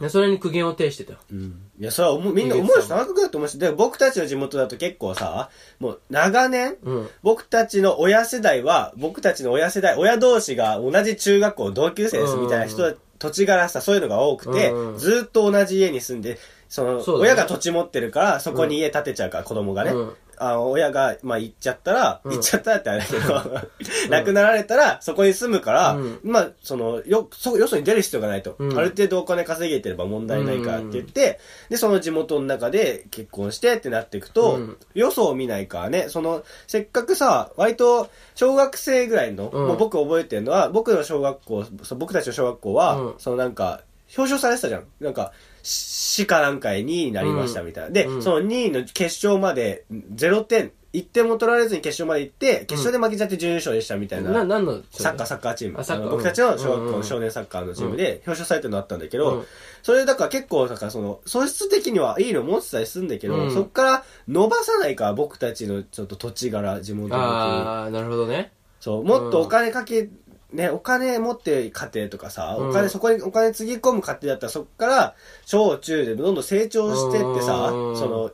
Speaker 2: でそれに苦言を呈してたよ
Speaker 1: うん。いや、それは思う、みんな思うし、長くだと思うし、で、僕たちの地元だと結構さ、もう、長年、
Speaker 2: うん
Speaker 1: 僕たちの親世代は、僕たちの親世代、親同士が同じ中学校同級生ですみたいな人、
Speaker 2: うん
Speaker 1: 土地柄さ、そういうのが多くて、
Speaker 2: うん
Speaker 1: ずっと同じ家に住んで、その、
Speaker 2: そうだね
Speaker 1: 親が土地持ってるから、そこに家建てちゃうから、子供がね。
Speaker 2: うん
Speaker 1: あの親が、まあ、行っちゃったら、
Speaker 2: うん
Speaker 1: 行っちゃったらってあれだけど、 [laughs] 亡くなられたら、そこに住むから、
Speaker 2: うん
Speaker 1: まあ、その、よ、そ、よそに出る必要がないと。
Speaker 2: うん
Speaker 1: ある程度お金稼げてれば問題ないからって言って、で、その地元の中で結婚してってなっていくと、
Speaker 2: うん
Speaker 1: よそを見ないからね、その、せっかくさ、割と、小学生ぐらいの、
Speaker 2: うん
Speaker 1: もう僕覚えてるのは、僕の小学校、そ僕たちの小学校は、
Speaker 2: うん
Speaker 1: そのなんか、表彰されてたじゃん。なんか、し市かなんかへ2位になりましたみたいな。で、
Speaker 2: うん
Speaker 1: その2位の決勝まで0点、 1点も取られずに決勝まで行って、決勝で負けちゃって準優勝でしたみたいな。
Speaker 2: な、なんの
Speaker 1: サッカー、サッカーチーム。
Speaker 2: あサッカー
Speaker 1: あの僕たちの小
Speaker 2: う
Speaker 1: 学
Speaker 2: んうんう
Speaker 1: 校
Speaker 2: ん
Speaker 1: 少年サッカーのチームで表彰されてるのあったんだけ
Speaker 2: う
Speaker 1: ど
Speaker 2: ん、
Speaker 1: それだから結構、だからその、素質的にはいいの持ってたりするんだけ
Speaker 2: う
Speaker 1: ど、
Speaker 2: ん
Speaker 1: そっから伸ばさないから僕たちのちょっと土地柄、地元の
Speaker 2: ああ、なるほどね。
Speaker 1: そう、もっとお金かけ、ね、お金持ってる家庭とかさ、
Speaker 2: うん
Speaker 1: お金、そこにお金つぎ込む家庭だったら、そっから、小中でどんどん成長してってさ、
Speaker 2: うん
Speaker 1: その、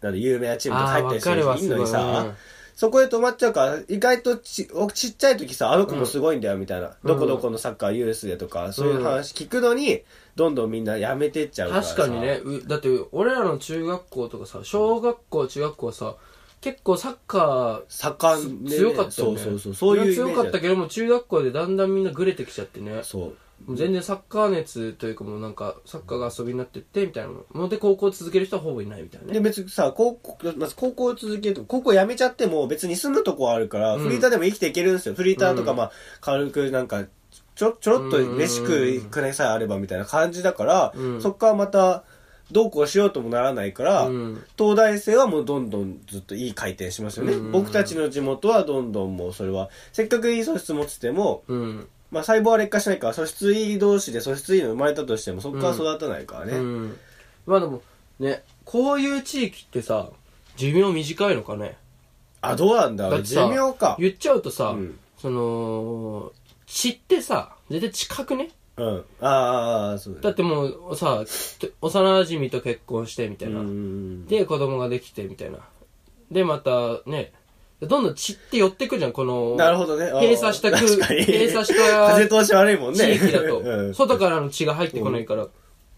Speaker 1: なんだ、有名なチームとか
Speaker 2: ああー、
Speaker 1: 入った
Speaker 2: わ
Speaker 1: りす
Speaker 2: か
Speaker 1: る
Speaker 2: るわ、
Speaker 1: 人い
Speaker 2: す
Speaker 1: るの
Speaker 2: ご
Speaker 1: に
Speaker 2: い
Speaker 1: さ
Speaker 2: な。、
Speaker 1: そこで止まっちゃうから、意外とちおちっちゃい時さ、あの子もすごいんだよみたいな、どこどこのサッカーユースでとか、そういう話聞くのに、どんどんみんなやめてっちゃうからさ。
Speaker 2: 確かにね。うだって、俺らの中学校とかさ、小学校、中学校はさ、結構サッカ
Speaker 1: 盛ん
Speaker 2: ー
Speaker 1: でね、
Speaker 2: 強かった
Speaker 1: そ
Speaker 2: よね。
Speaker 1: うそうそう。そういうイメー
Speaker 2: 強
Speaker 1: ジ
Speaker 2: かったけども、中学校でだんだんみんなグレてきちゃってね。
Speaker 1: そう。
Speaker 2: もう全然サッカー熱というかもうなんか、サッカーが遊びになってって、みたいなの。ので、高校続ける人はほぼいないみたいな
Speaker 1: で
Speaker 2: ね。
Speaker 1: 別にさ高校まず高校を続けると高校辞めちゃっても別に住むとこはあるから、
Speaker 2: うん
Speaker 1: フリーターでも生きていけるんですよフリーターとか
Speaker 2: うん
Speaker 1: まあ軽くなんかちょちょろっと飯食いくらいさえあればみたいな感じだから、
Speaker 2: うん
Speaker 1: そっからまたどうこうしようともならないから、
Speaker 2: うん
Speaker 1: 東大生はもうどんどんずっといい回転しますよね、
Speaker 2: うん
Speaker 1: 僕たちの地元はどんどんもうそれはせっかくいい素質持ってても、
Speaker 2: うん。
Speaker 1: まあ、細胞は劣化しないから素質いい同士で素質いいの生まれたとしてもそっから育たないからね、
Speaker 2: うん。まあでも、ね、こういう地域ってさ、寿命短いのかね。
Speaker 1: あどうなんだ
Speaker 2: だって
Speaker 1: 寿
Speaker 2: さ
Speaker 1: 命か
Speaker 2: 言っちゃうとさ、
Speaker 1: うん
Speaker 2: その、血ってさ、絶対近くね
Speaker 1: うん。ああ、そう
Speaker 2: だ
Speaker 1: だ
Speaker 2: ってもうさ、幼馴染と結婚してみたいな。
Speaker 1: ね。
Speaker 2: で、子供ができてみたいな。で、またね、どんどん血って寄ってくじゃん、この、
Speaker 1: なるほどね。あー
Speaker 2: 閉鎖した空
Speaker 1: 確かに
Speaker 2: 閉鎖した
Speaker 1: 風通し悪いもんね。
Speaker 2: 地域 [laughs] だ
Speaker 1: う
Speaker 2: と、
Speaker 1: ん
Speaker 2: 外からの血が入ってこないから、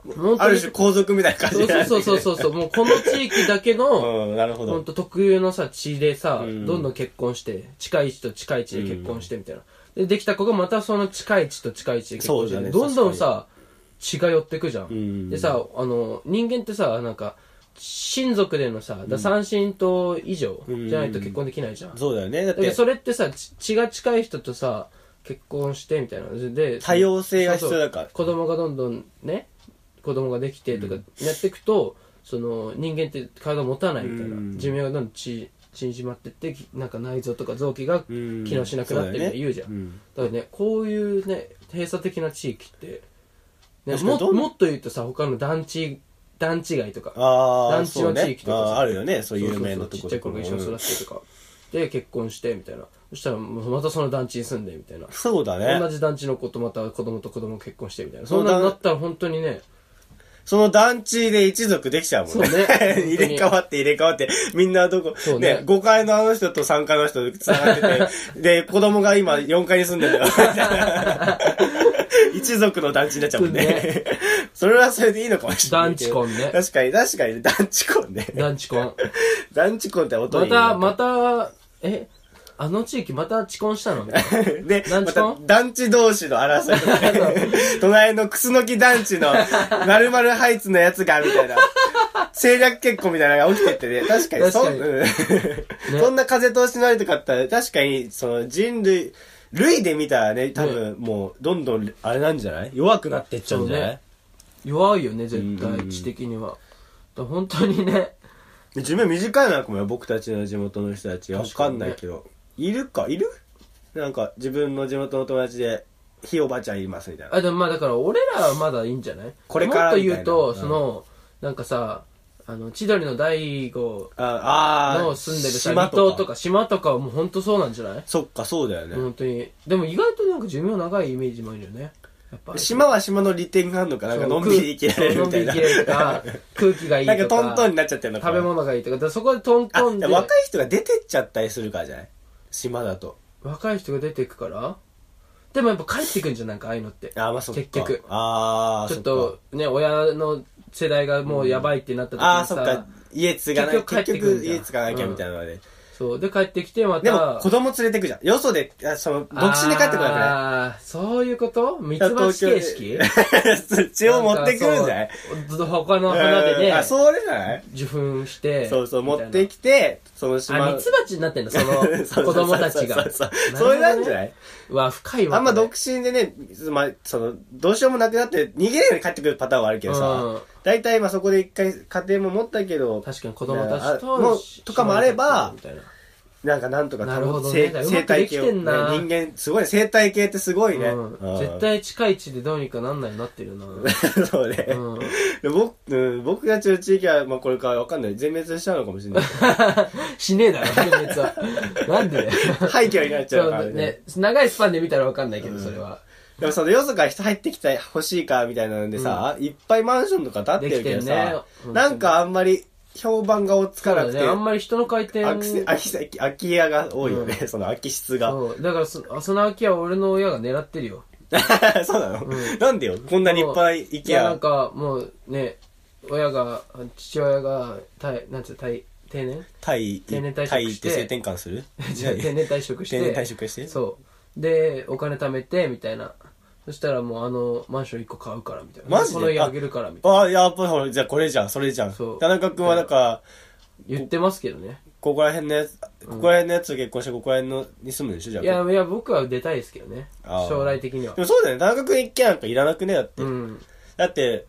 Speaker 2: 本
Speaker 1: あ
Speaker 2: 当
Speaker 1: る
Speaker 2: に、
Speaker 1: 種皇族みたいな感じになって
Speaker 2: そうそ
Speaker 1: [laughs]
Speaker 2: うそうそう、もうこの地域だけの、
Speaker 1: うん、なるほ
Speaker 2: ほん
Speaker 1: ど。
Speaker 2: と特有のさ血でさ、
Speaker 1: うん
Speaker 2: どんどん結婚して近い地と近い地で結婚してみたいな、でできた子がまたその近い地と近い地で結婚して、
Speaker 1: そうだね
Speaker 2: どんどんさ血が寄ってくじゃん、
Speaker 1: ん
Speaker 2: でさあの人間ってさなんか親族でのさだ三親等以上
Speaker 1: ん
Speaker 2: じゃないと結婚できないじゃん、だ
Speaker 1: そうだよね。だっ
Speaker 2: けど
Speaker 1: て、
Speaker 2: それってさち血が近い人とさ結婚してみたいなで
Speaker 1: 多様性が必要だから。
Speaker 2: 子供がどんどんね子供ができてとかやっていくと、その人間って体持たないみたいな、
Speaker 1: うん
Speaker 2: 寿命がどんどんち縮まってってきなんか内臓とか臓器が
Speaker 1: うん
Speaker 2: 機能しなくなってるみたいな言うじゃん、
Speaker 1: そだよね
Speaker 2: だからねこういうね閉鎖的な地域って、ね、
Speaker 1: 確かに
Speaker 2: も
Speaker 1: どん
Speaker 2: もっと言うとさ他の団地団地街とか
Speaker 1: ああ、
Speaker 2: 団地の地域とか
Speaker 1: そう
Speaker 2: さ
Speaker 1: ねあーあるよね、そういう有
Speaker 2: そうそう
Speaker 1: 名
Speaker 2: そ
Speaker 1: な
Speaker 2: う
Speaker 1: と
Speaker 2: ち
Speaker 1: こ
Speaker 2: っちゃい
Speaker 1: ろ
Speaker 2: 子が一緒に育ってとか、で結婚してみたいなそしたらもうまたその団地に住んでみたいな
Speaker 1: そうだ
Speaker 2: 同
Speaker 1: ね。
Speaker 2: じ団地の子とまた子供と子供結婚してみたいな
Speaker 1: そ
Speaker 2: そ
Speaker 1: うんだ
Speaker 2: なになったら本当にね
Speaker 1: その団地で一族できちゃうもんね。 [laughs]
Speaker 2: そうね
Speaker 1: 入れ替わって入れ替わって、みんなどこ、
Speaker 2: そうね
Speaker 1: ね、5階のあの人と3階の人と繋がって
Speaker 2: [laughs]
Speaker 1: て、で、子供が今4階に住んでるよ。みたいな一族の団地になっちゃうもん
Speaker 2: そう
Speaker 1: ね
Speaker 2: ね。
Speaker 1: それはそれでいいのかもしれない。
Speaker 2: 団地婚ね
Speaker 1: 確かに、確かに、団地婚ね。
Speaker 2: 団地婚
Speaker 1: 団地婚って音
Speaker 2: ま
Speaker 1: いいな
Speaker 2: たまたえあの地域また遅婚したのみたいな
Speaker 1: で、
Speaker 2: 団
Speaker 1: ま
Speaker 2: 地
Speaker 1: た
Speaker 2: 婚
Speaker 1: 団地同士の争いとか
Speaker 2: [laughs]
Speaker 1: ね隣のクスノキ団地の、まるまるハイツのやつが、みた
Speaker 2: [laughs]
Speaker 1: いな。政略結婚みたいなのが起きてってね、確かに、
Speaker 2: 確
Speaker 1: そ
Speaker 2: か
Speaker 1: ん
Speaker 2: に
Speaker 1: うん [laughs] そんな風通しのあるとかあったら、確かに、その人類、類で見たらね、多分もう、どんどん、あれなんじゃない弱くなってっちゃうんじゃない、
Speaker 2: 弱いよね絶
Speaker 1: うんうんうん
Speaker 2: 対地的にはだから本当にね
Speaker 1: 寿命短いのかもよ、僕たちの地元の人たち。わかんないけど。いるか、いるなんか、自分の地元の友達で、ひいおばあちゃんいますみたいな。
Speaker 2: あでもまあだから俺らはまだいいんじゃない
Speaker 1: これから
Speaker 2: もっ
Speaker 1: みた
Speaker 2: と
Speaker 1: いな
Speaker 2: 言うと、
Speaker 1: うん
Speaker 2: そのなんかさあの千鳥の大悟
Speaker 1: ああー、
Speaker 2: の住んでるさ
Speaker 1: 島
Speaker 2: 離島とか島とかはもう本当そうなんじゃない
Speaker 1: そっか、そうだよね。
Speaker 2: 本当にでも意外となんか寿命長いイメージもあるよねやっぱ
Speaker 1: 島は島の利点があるのか、なんかのんびり生きられるみたいな。
Speaker 2: そうのんびり生きられ
Speaker 1: [laughs]
Speaker 2: るとか空気がいいと
Speaker 1: なん
Speaker 2: か
Speaker 1: かトントンになっちゃってるのか
Speaker 2: 食
Speaker 1: な。
Speaker 2: べ物がいいとかだからそこでトントンで
Speaker 1: あ、若い人が出てっちゃったりするからじゃない島だと。
Speaker 2: 若い人が出てくからでもやっぱ帰ってくんじゃんなんかああいうのって
Speaker 1: あー、まあそっか。
Speaker 2: 結局
Speaker 1: ああ、
Speaker 2: ちょっとね親の世代がもうやばいってなった時
Speaker 1: ああー、
Speaker 2: に
Speaker 1: そ
Speaker 2: さ、
Speaker 1: っか。家継がな
Speaker 2: 結
Speaker 1: い、
Speaker 2: 局帰っ
Speaker 1: 結
Speaker 2: てくる
Speaker 1: 局
Speaker 2: じゃん
Speaker 1: 家継がなきゃみたいなので。
Speaker 2: そうで帰ってきてまた
Speaker 1: でも、子供連れてくじゃん。よそで、あその、独身で帰ってこなくない
Speaker 2: ああそういうこと三
Speaker 1: だ
Speaker 2: つ
Speaker 1: から
Speaker 2: 葉
Speaker 1: 東京で
Speaker 2: 形
Speaker 1: [laughs]
Speaker 2: 式
Speaker 1: 土を持ってくるんじゃない
Speaker 2: なんかそう他の花で
Speaker 1: うん
Speaker 2: ね
Speaker 1: あ、そうじゃない
Speaker 2: 受粉して
Speaker 1: そうそう、持っ
Speaker 2: みたい
Speaker 1: て
Speaker 2: な
Speaker 1: きて、その島。
Speaker 2: あ、ミツバチになってんだ、そ
Speaker 1: [laughs] そうそうそう
Speaker 2: の、子供たちが。
Speaker 1: そうそうそう
Speaker 2: るほどね
Speaker 1: それなんじゃないう
Speaker 2: わ、深いわ。
Speaker 1: あんま
Speaker 2: これ
Speaker 1: 独身でね、まあ、その、どうしようもなくなって、逃げるように帰ってくるパターンはあるけどさ、
Speaker 2: うん
Speaker 1: 大体まあそこで一回家庭も持ったけど、
Speaker 2: 確かに子供たち
Speaker 1: ねあも
Speaker 2: と
Speaker 1: うとかもあれば
Speaker 2: みたいな
Speaker 1: なんかなんとか
Speaker 2: なるほどね
Speaker 1: 生
Speaker 2: だからうま
Speaker 1: 生
Speaker 2: くで
Speaker 1: 態
Speaker 2: き
Speaker 1: 系を、
Speaker 2: てん
Speaker 1: ね、人
Speaker 2: な
Speaker 1: 間、すごいね、生態系ってすごいね。
Speaker 2: う
Speaker 1: うん
Speaker 2: ん、絶対近い地でどうにかなんないようになってるよ
Speaker 1: [laughs]
Speaker 2: な
Speaker 1: そうね。
Speaker 2: うん [laughs]
Speaker 1: で僕、うん、僕がちの地域は、まあこれからわかんない。全滅しちゃうのかも
Speaker 2: [laughs]
Speaker 1: しれない。
Speaker 2: しねえだろ全滅はなんでだよ
Speaker 1: 廃墟になっちゃうから
Speaker 2: そう
Speaker 1: ね。
Speaker 2: ね長いスパンで見たらわかんないけどそれは、
Speaker 1: でもそのよそから人入ってきた欲しいかみたいなのでさ、いっぱいマンションとか建ってるけど
Speaker 2: できてんね
Speaker 1: さ、
Speaker 2: うん
Speaker 1: なんかあんまり評判が追っつ
Speaker 2: そ
Speaker 1: か
Speaker 2: う
Speaker 1: な
Speaker 2: だ
Speaker 1: くて、
Speaker 2: ねあんまり人の回転
Speaker 1: 空きせ空きせ空き家が多いよね、 [laughs] その空き室が。
Speaker 2: そうだからそあその空き家は俺の親が狙ってるよ
Speaker 1: そうなの、
Speaker 2: うん
Speaker 1: なんでよ、こんなにいっぱい行
Speaker 2: い
Speaker 1: き
Speaker 2: やなん
Speaker 1: ゃ。
Speaker 2: かもうね親が父親が退なんつう退定年
Speaker 1: タイ、
Speaker 2: 定年退職
Speaker 1: タイっ
Speaker 2: して
Speaker 1: て性転換
Speaker 2: [laughs]
Speaker 1: する
Speaker 2: 違う定年退職して
Speaker 1: 定年退職して
Speaker 2: そうでお金貯めてみたいなそしたらもうあのマンション1個買うからみたいな
Speaker 1: マジで
Speaker 2: この家あげるからみたい
Speaker 1: ああ、やっぱりほら、じゃあこれじゃん、それじゃん
Speaker 2: そう。
Speaker 1: 田中君はなんか、
Speaker 2: な言ってますけどね
Speaker 1: ここら辺のやつ、ここら辺のやつと結婚して、ここら辺のに住むんでしょ、じゃあ。
Speaker 2: いやいや僕は出たいですけどね
Speaker 1: あー
Speaker 2: 将来的には
Speaker 1: でもそうだよね、田中君一軒なんかいらなくね、だって。
Speaker 2: うん
Speaker 1: だって、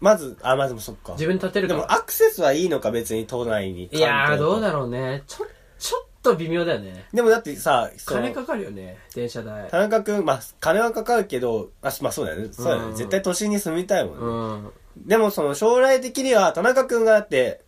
Speaker 1: まず、あ、まずもそっか。
Speaker 2: 自分立てる
Speaker 1: で
Speaker 2: から
Speaker 1: もアクセスはいいのか別に都内に。
Speaker 2: いや
Speaker 1: 関
Speaker 2: ー
Speaker 1: 東
Speaker 2: どうだろうねちょちょっと微妙だよね
Speaker 1: でもだってさ、その
Speaker 2: 金かかるよね電車代
Speaker 1: 田中君、まあ、金はかかるけど、あ、まあそうだよね。そうだよ
Speaker 2: うん
Speaker 1: ね。絶対都心に住みたいもんね。
Speaker 2: うん
Speaker 1: でもその将来的には、田中君がだって、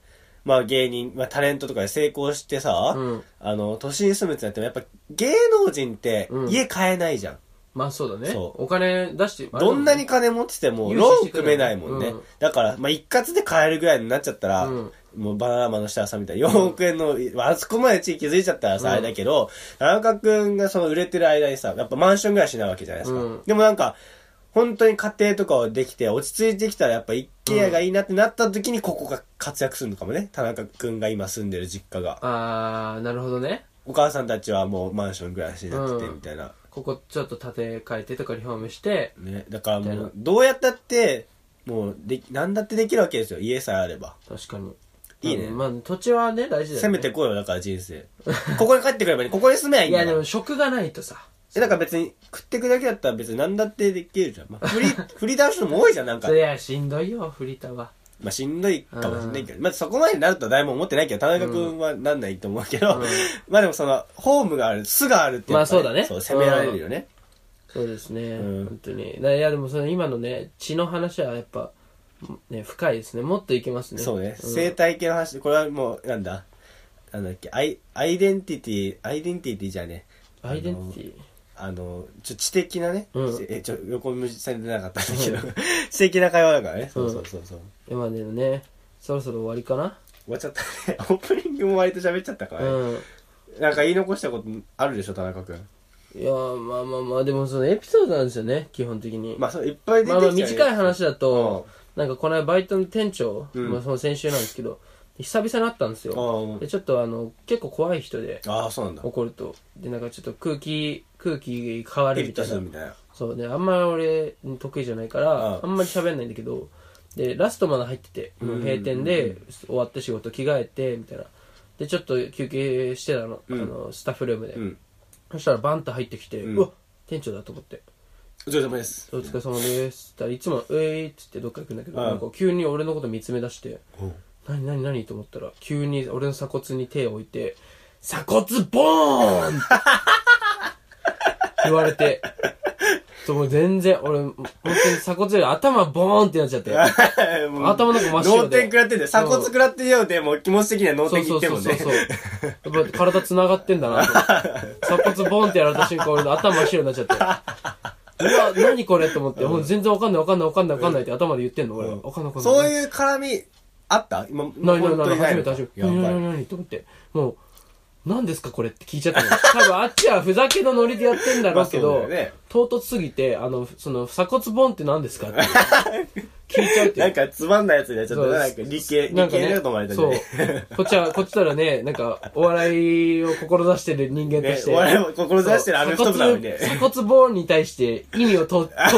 Speaker 1: まあ芸人、まあタレントとかで成功してさ、
Speaker 2: うん
Speaker 1: あの、都心に住むってなっても、やっぱ芸能人って
Speaker 2: うん
Speaker 1: 家買えないじゃん。
Speaker 2: まあそうだね
Speaker 1: そう
Speaker 2: お金出して
Speaker 1: どんなに金持ってても、
Speaker 2: 融資
Speaker 1: ロー
Speaker 2: して
Speaker 1: ン
Speaker 2: くれ
Speaker 1: 組めないもんね。
Speaker 2: うん
Speaker 1: だから、まあ、一括で買えるぐらいになっちゃったら、
Speaker 2: うん
Speaker 1: もうバナナマンの下さんみたいな、4億円の、まああそこまで地域づいちゃったらさ、
Speaker 2: うん
Speaker 1: あれだけど、田中くんがその売れてる間にさ、やっぱマンションぐらいしないわけじゃないですか。
Speaker 2: うん
Speaker 1: でもなんか、本当に家庭とかをできて、落ち着いてきたらやっぱ一軒家がいいなってなった時にここが活躍するのかもね。田中くんが今住んでる実家が。
Speaker 2: あーなるほどね
Speaker 1: お母さんたちはもうマンション暮らしになってて、みたいな。
Speaker 2: ここちょっと建て替えてとかリフォームして
Speaker 1: ね、だから
Speaker 2: みたい
Speaker 1: も
Speaker 2: な
Speaker 1: う、どうやったって、もうでき、なんだってできるわけですよ。家さえあれば。
Speaker 2: 確かに
Speaker 1: いいね
Speaker 2: うんまあ土地はね大事だよ
Speaker 1: 攻
Speaker 2: ね
Speaker 1: めてこうよ、だから人生。ここに帰ってくればいい。ここに住めばいい
Speaker 2: い
Speaker 1: んだ
Speaker 2: や
Speaker 1: か
Speaker 2: で
Speaker 1: ら
Speaker 2: も職がないとさ
Speaker 1: え、だから別に、食ってくだけだったら別に何だってできるじゃん。まあ、
Speaker 2: [laughs]
Speaker 1: 振り、振り倒すのも多いじゃん、なんか
Speaker 2: そ。りゃしんどいよフリータは
Speaker 1: まあ、しんどいかもしんないけど。まあ、そこまでになるとは誰も思ってないけど、田中君はなんないと思うけど、
Speaker 2: うん
Speaker 1: [laughs] まあでもその、ホームがある、巣があるってやっぱり
Speaker 2: まあそうだね
Speaker 1: そう、攻められるよね。
Speaker 2: そうですね、
Speaker 1: うん
Speaker 2: 本当にないやでもその今のね血の話はやっぱね深いですねもっといけますね
Speaker 1: そうね。
Speaker 2: ん
Speaker 1: 生態系の話、これはもう、なんだなんだっけ、アイ、アイデンティティ、アイデンティティじゃね
Speaker 2: アイデンティティ
Speaker 1: あの、ちょ、知的なね、
Speaker 2: うん
Speaker 1: え、ちょ、横文字されてなかったんだけど、 [laughs] 知的な会話だからね。そうそうそうそう。
Speaker 2: 今でもねそろそろ終わりかな、
Speaker 1: 終わっちゃったね。 [laughs] オープニングも割と喋っちゃったからね。
Speaker 2: うん
Speaker 1: なんか言い残したことあるでしょ、田中君。
Speaker 2: いやーまあまあまあでもそのエピソードなんですよね基本的に
Speaker 1: まあ、そういっぱい出て
Speaker 2: まあ
Speaker 1: き
Speaker 2: ま
Speaker 1: た
Speaker 2: あ短い話だと、
Speaker 1: うん
Speaker 2: なんかこの間バイトの店長、
Speaker 1: うん
Speaker 2: まあその先週なんですけど久々に会ったんですよ
Speaker 1: あ
Speaker 2: でちょっとあの結構怖い人で
Speaker 1: あああ、そうなんだ。
Speaker 2: 怒るとでなんかちょっと空気空気変わ
Speaker 1: ピ
Speaker 2: る
Speaker 1: リ
Speaker 2: み
Speaker 1: ッ
Speaker 2: た
Speaker 1: と
Speaker 2: い
Speaker 1: す
Speaker 2: な
Speaker 1: るみたいな。
Speaker 2: そうねあんまり俺得意じゃないから、
Speaker 1: うん
Speaker 2: あんまり喋んないんだけどでラストまで入っててもう閉店で終わって仕事着替えてみたいなでちょっと休憩してたの,、
Speaker 1: うん
Speaker 2: あのスタッフルームで、
Speaker 1: うん。
Speaker 2: そしたらバンと入ってきて、う
Speaker 1: うん
Speaker 2: わ店長だと思って
Speaker 1: お疲れ様です
Speaker 2: 「お。疲れ様です」って言ったらいつも「えい」っつってどっか行くんだけど、
Speaker 1: うん
Speaker 2: なんか急に俺のこと見つめ出して
Speaker 1: お
Speaker 2: 「何何何?」と思ったら急に俺の鎖骨に手を置いて「鎖骨ボーン!」って [laughs] 言われて。そうもう全然俺本当に鎖骨より頭ボーンってなっち
Speaker 1: [laughs]
Speaker 2: ゃって頭の中真っ白で
Speaker 1: 脳天食らってて、鎖骨食らってるようで、もう気持ち的には脳
Speaker 2: そう
Speaker 1: 天
Speaker 2: そ
Speaker 1: 食っ
Speaker 2: う
Speaker 1: て
Speaker 2: そ
Speaker 1: も
Speaker 2: うんそう
Speaker 1: ね。
Speaker 2: そうやっぱ体繋がってんだなと思って鎖骨ボンってやられた瞬間俺の頭真っ白になっちゃってうわ何これと思ってもう全然わかんないわかんないわかんないわかんないって頭で言ってんの俺
Speaker 1: う
Speaker 2: わ
Speaker 1: ん
Speaker 2: かんないわかんない
Speaker 1: そういう絡み、あった今、
Speaker 2: ないない
Speaker 1: 本
Speaker 2: な
Speaker 1: 当
Speaker 2: い
Speaker 1: に
Speaker 2: 初
Speaker 1: の
Speaker 2: めて初めて
Speaker 1: や
Speaker 2: 何
Speaker 1: ばい
Speaker 2: 何何と思ってもう何ですかこれって聞いちゃったの多分あっちはふざけのノリでやってんだろうけ
Speaker 1: まあ
Speaker 2: ど
Speaker 1: そうだよね
Speaker 2: 唐突すぎてあのその鎖骨ボンって何ですかっていう聞いちゃうっていう
Speaker 1: なんかつまんないやつになっちゃった
Speaker 2: そう
Speaker 1: な。なんか理系、
Speaker 2: な
Speaker 1: 理
Speaker 2: んか
Speaker 1: 系
Speaker 2: ね
Speaker 1: だと思われたんじゃ
Speaker 2: そ
Speaker 1: な
Speaker 2: う
Speaker 1: い。
Speaker 2: こっちは、こっちたらね、なんか、お笑いを志してる人間と
Speaker 1: ね
Speaker 2: し、て。
Speaker 1: お笑いを志してるアメフト部なのにね。
Speaker 2: 鎖骨鎖骨ボーンに対して意味をと、と、鎖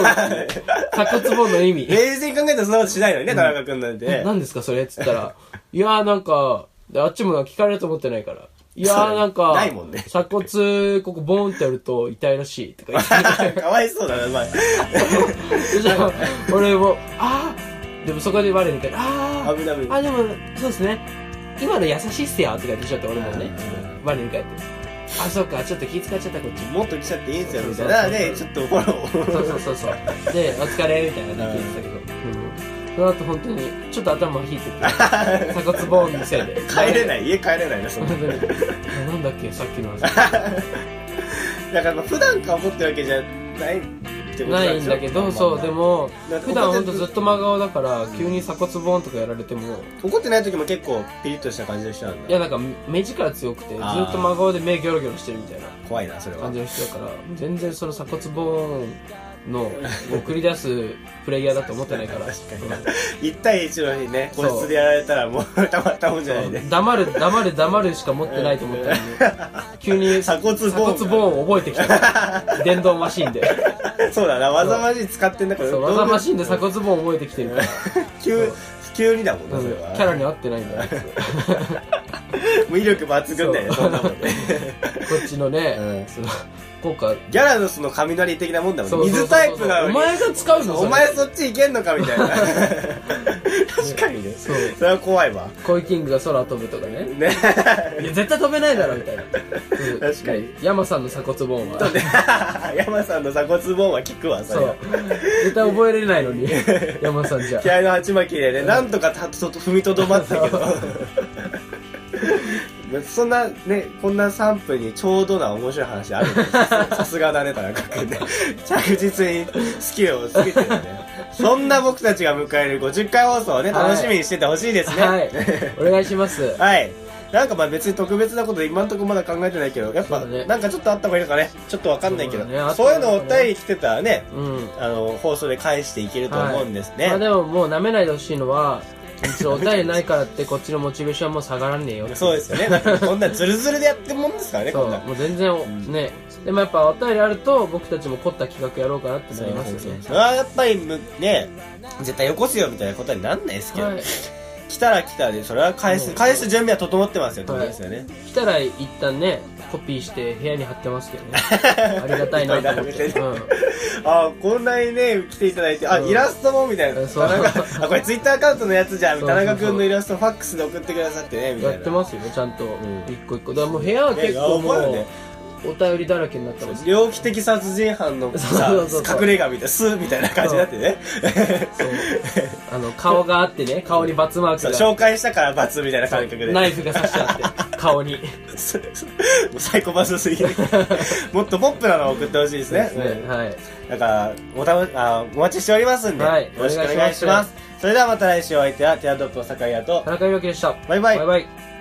Speaker 2: 骨ボーンの意味。
Speaker 1: 冷静に考えたらそんなことしないのにね、田中君なんてね。
Speaker 2: 何ですかそれっつったら、いやーなんか、あっちもなんか聞かれると思ってないから。いやーなんか、
Speaker 1: ないもんね
Speaker 2: 鎖骨、ここボーンってやると痛いらし
Speaker 1: [laughs]
Speaker 2: いとか言って。
Speaker 1: かわいそうだな、まあ。
Speaker 2: でじゃあ俺も、あーでもそこで我に返って、あ
Speaker 1: 危ない危
Speaker 2: あ、
Speaker 1: ない
Speaker 2: あ、でも、そうですね。今の優しいっすよって感じちゃって、俺もね
Speaker 1: う。
Speaker 2: 我に返って。あ、そっか、ちょっと気使っちゃった、こっち。
Speaker 1: もっと来ちゃっていいんすよみたいなでちょっとフォ
Speaker 2: そ
Speaker 1: ロ
Speaker 2: う
Speaker 1: ー
Speaker 2: そうそうそう。で、お疲れみたいな感じで言ってたけど。うんその後本当に、ちょっと頭引いてて、鎖骨ボーンのせいで。
Speaker 1: 帰れない家帰れないなそん
Speaker 2: 本
Speaker 1: な
Speaker 2: 当に。 [laughs] なんだっけ、さっきの話。
Speaker 1: だからまあ普段から思ってるわけじゃないってこと
Speaker 2: ないんだけ [laughs] ど、そう、でも、
Speaker 1: だって
Speaker 2: 普段本当ずっと真顔だから、急に鎖骨ボーンとかやられても、
Speaker 1: 怒ってない時も結構ピリッとした感じの人なん
Speaker 2: いや
Speaker 1: だ
Speaker 2: なんか目力強くて、ずっと
Speaker 1: あー
Speaker 2: 真顔で目ギョロギョロしてるみたいな。
Speaker 1: 怖いなそれは
Speaker 2: 感じの人だから全然その鎖骨ボーンの送り出すプレイヤーだと思ってないから
Speaker 1: [laughs] 確かにな1対1の日ね個室でやられたらもうたまったもんじゃない
Speaker 2: うん
Speaker 1: ね
Speaker 2: 黙る黙る黙るしか持ってないと思ったのに
Speaker 1: [laughs]
Speaker 2: 急に
Speaker 1: 鎖骨ボーン
Speaker 2: 鎖骨ボーンを覚えて
Speaker 1: [laughs]
Speaker 2: きた電動マシンで
Speaker 1: そうだなわざまじ使ってんだから
Speaker 2: そう技マシンで鎖骨ボーンを覚えてきてるから
Speaker 1: 急
Speaker 2: そう
Speaker 1: 急にだもん
Speaker 2: う
Speaker 1: ね
Speaker 2: ん
Speaker 1: そ
Speaker 2: キ
Speaker 1: れは
Speaker 2: ャラに合ってないんだよあいつ
Speaker 1: もう [laughs] 威力抜群だよね
Speaker 2: そ
Speaker 1: そ
Speaker 2: うん
Speaker 1: なもんね
Speaker 2: [laughs] こっちのね
Speaker 1: うん
Speaker 2: その効果
Speaker 1: ギャラドスの雷的なもんだもん
Speaker 2: そう
Speaker 1: ね
Speaker 2: そうそう
Speaker 1: 水タイプが
Speaker 2: お前が使うの
Speaker 1: お前そっち行けんのかみたい
Speaker 2: [laughs]
Speaker 1: な確かにね
Speaker 2: そう
Speaker 1: それは怖いわ
Speaker 2: コイキングが空飛ぶとかね
Speaker 1: ね [laughs]
Speaker 2: いや絶対飛べないだろみたいなうん
Speaker 1: 確かに
Speaker 2: 山さんの鎖骨ボーンは
Speaker 1: 山さんの鎖骨ボーンは効くわそ
Speaker 2: そ
Speaker 1: れは
Speaker 2: う絶対覚えれないのに山さんじゃ
Speaker 1: 気合の鉢巻きでね、なんとかたと踏みとどまったけど [laughs] そんなねこんな3分にちょうどな面白い話あるん
Speaker 2: [laughs]
Speaker 1: ですよさすがだね田中君ね着実にスキルをつけてるねそんな僕たちが迎える50回放送をね
Speaker 2: はい
Speaker 1: 楽しみにしててほしいですね
Speaker 2: はいお願いします
Speaker 1: はいなんかまあ別に特別なこと今んとこまだ考えてないけどやっぱ、
Speaker 2: そうだね
Speaker 1: なんかちょっとあった方がいいのかねちょっとわかんないけど
Speaker 2: そ
Speaker 1: そうう,、
Speaker 2: だね
Speaker 1: いうのをお便り来てたらね
Speaker 2: うん
Speaker 1: あの放送で返していけると思うんですね、
Speaker 2: まあでももう舐めないでほしいのはちょっとお便りないからってこっちのモチベーションはもう下がらねえよって
Speaker 1: そうですよね。だってこんなズルズルでやってるもんですからね、
Speaker 2: そ
Speaker 1: こ
Speaker 2: うん
Speaker 1: な。
Speaker 2: もう全然おねでもやっぱお便りあると僕たちも凝った企画やろうかなってなりますよね
Speaker 1: それはやっぱりむね、絶対よこすよみたいなことになんないですけど、
Speaker 2: はい
Speaker 1: 来たら来たで、それは返
Speaker 2: う
Speaker 1: す、
Speaker 2: ん
Speaker 1: 返す準備は整ってますよ、って
Speaker 2: はい
Speaker 1: ことですよね。
Speaker 2: 来たら一旦ねコピーして部屋に貼ってますけ
Speaker 1: [laughs]
Speaker 2: どねありがたいなと思って
Speaker 1: いっぱい並べ
Speaker 2: う
Speaker 1: ああ、こんなにね、来ていただいて、あ、
Speaker 2: うん
Speaker 1: イラストもみたいな。
Speaker 2: そう
Speaker 1: 田中あ、これツイッターアカウントのやつじゃん、
Speaker 2: そ
Speaker 1: 田
Speaker 2: うそうそう
Speaker 1: 中君のイラストファックスで送ってくださってね、み
Speaker 2: ん
Speaker 1: たいな。
Speaker 2: やってますよちゃんと
Speaker 1: ん
Speaker 2: 一個一個だからもう部屋は
Speaker 1: ね
Speaker 2: 結構も
Speaker 1: いや
Speaker 2: う
Speaker 1: 思うよね
Speaker 2: お便りだらけになったんです
Speaker 1: 猟奇的殺人犯のさ
Speaker 2: そうそうそう
Speaker 1: 隠れ家みたいな、巣みたいな感じになって
Speaker 2: [laughs]
Speaker 1: ね。
Speaker 2: そうあの顔があってね顔にバツマーク
Speaker 1: そう
Speaker 2: が
Speaker 1: 紹介したから罰みたいな感覚で。
Speaker 2: ナイフが刺してあって顔に
Speaker 1: それそれ [laughs] もうサイコパスすぎるもっとポップなのを送ってほしいですね
Speaker 2: ねはい
Speaker 1: うんだからおたまあお待ちしておりますんで、
Speaker 2: はい
Speaker 1: よろしくお
Speaker 2: お願
Speaker 1: 願
Speaker 2: い
Speaker 1: い
Speaker 2: し
Speaker 1: し
Speaker 2: ま
Speaker 1: ますすそれではまた来週お相手はティアドロップの酒井と
Speaker 2: 田中裕樹でした
Speaker 1: バイバイ
Speaker 2: バイバイ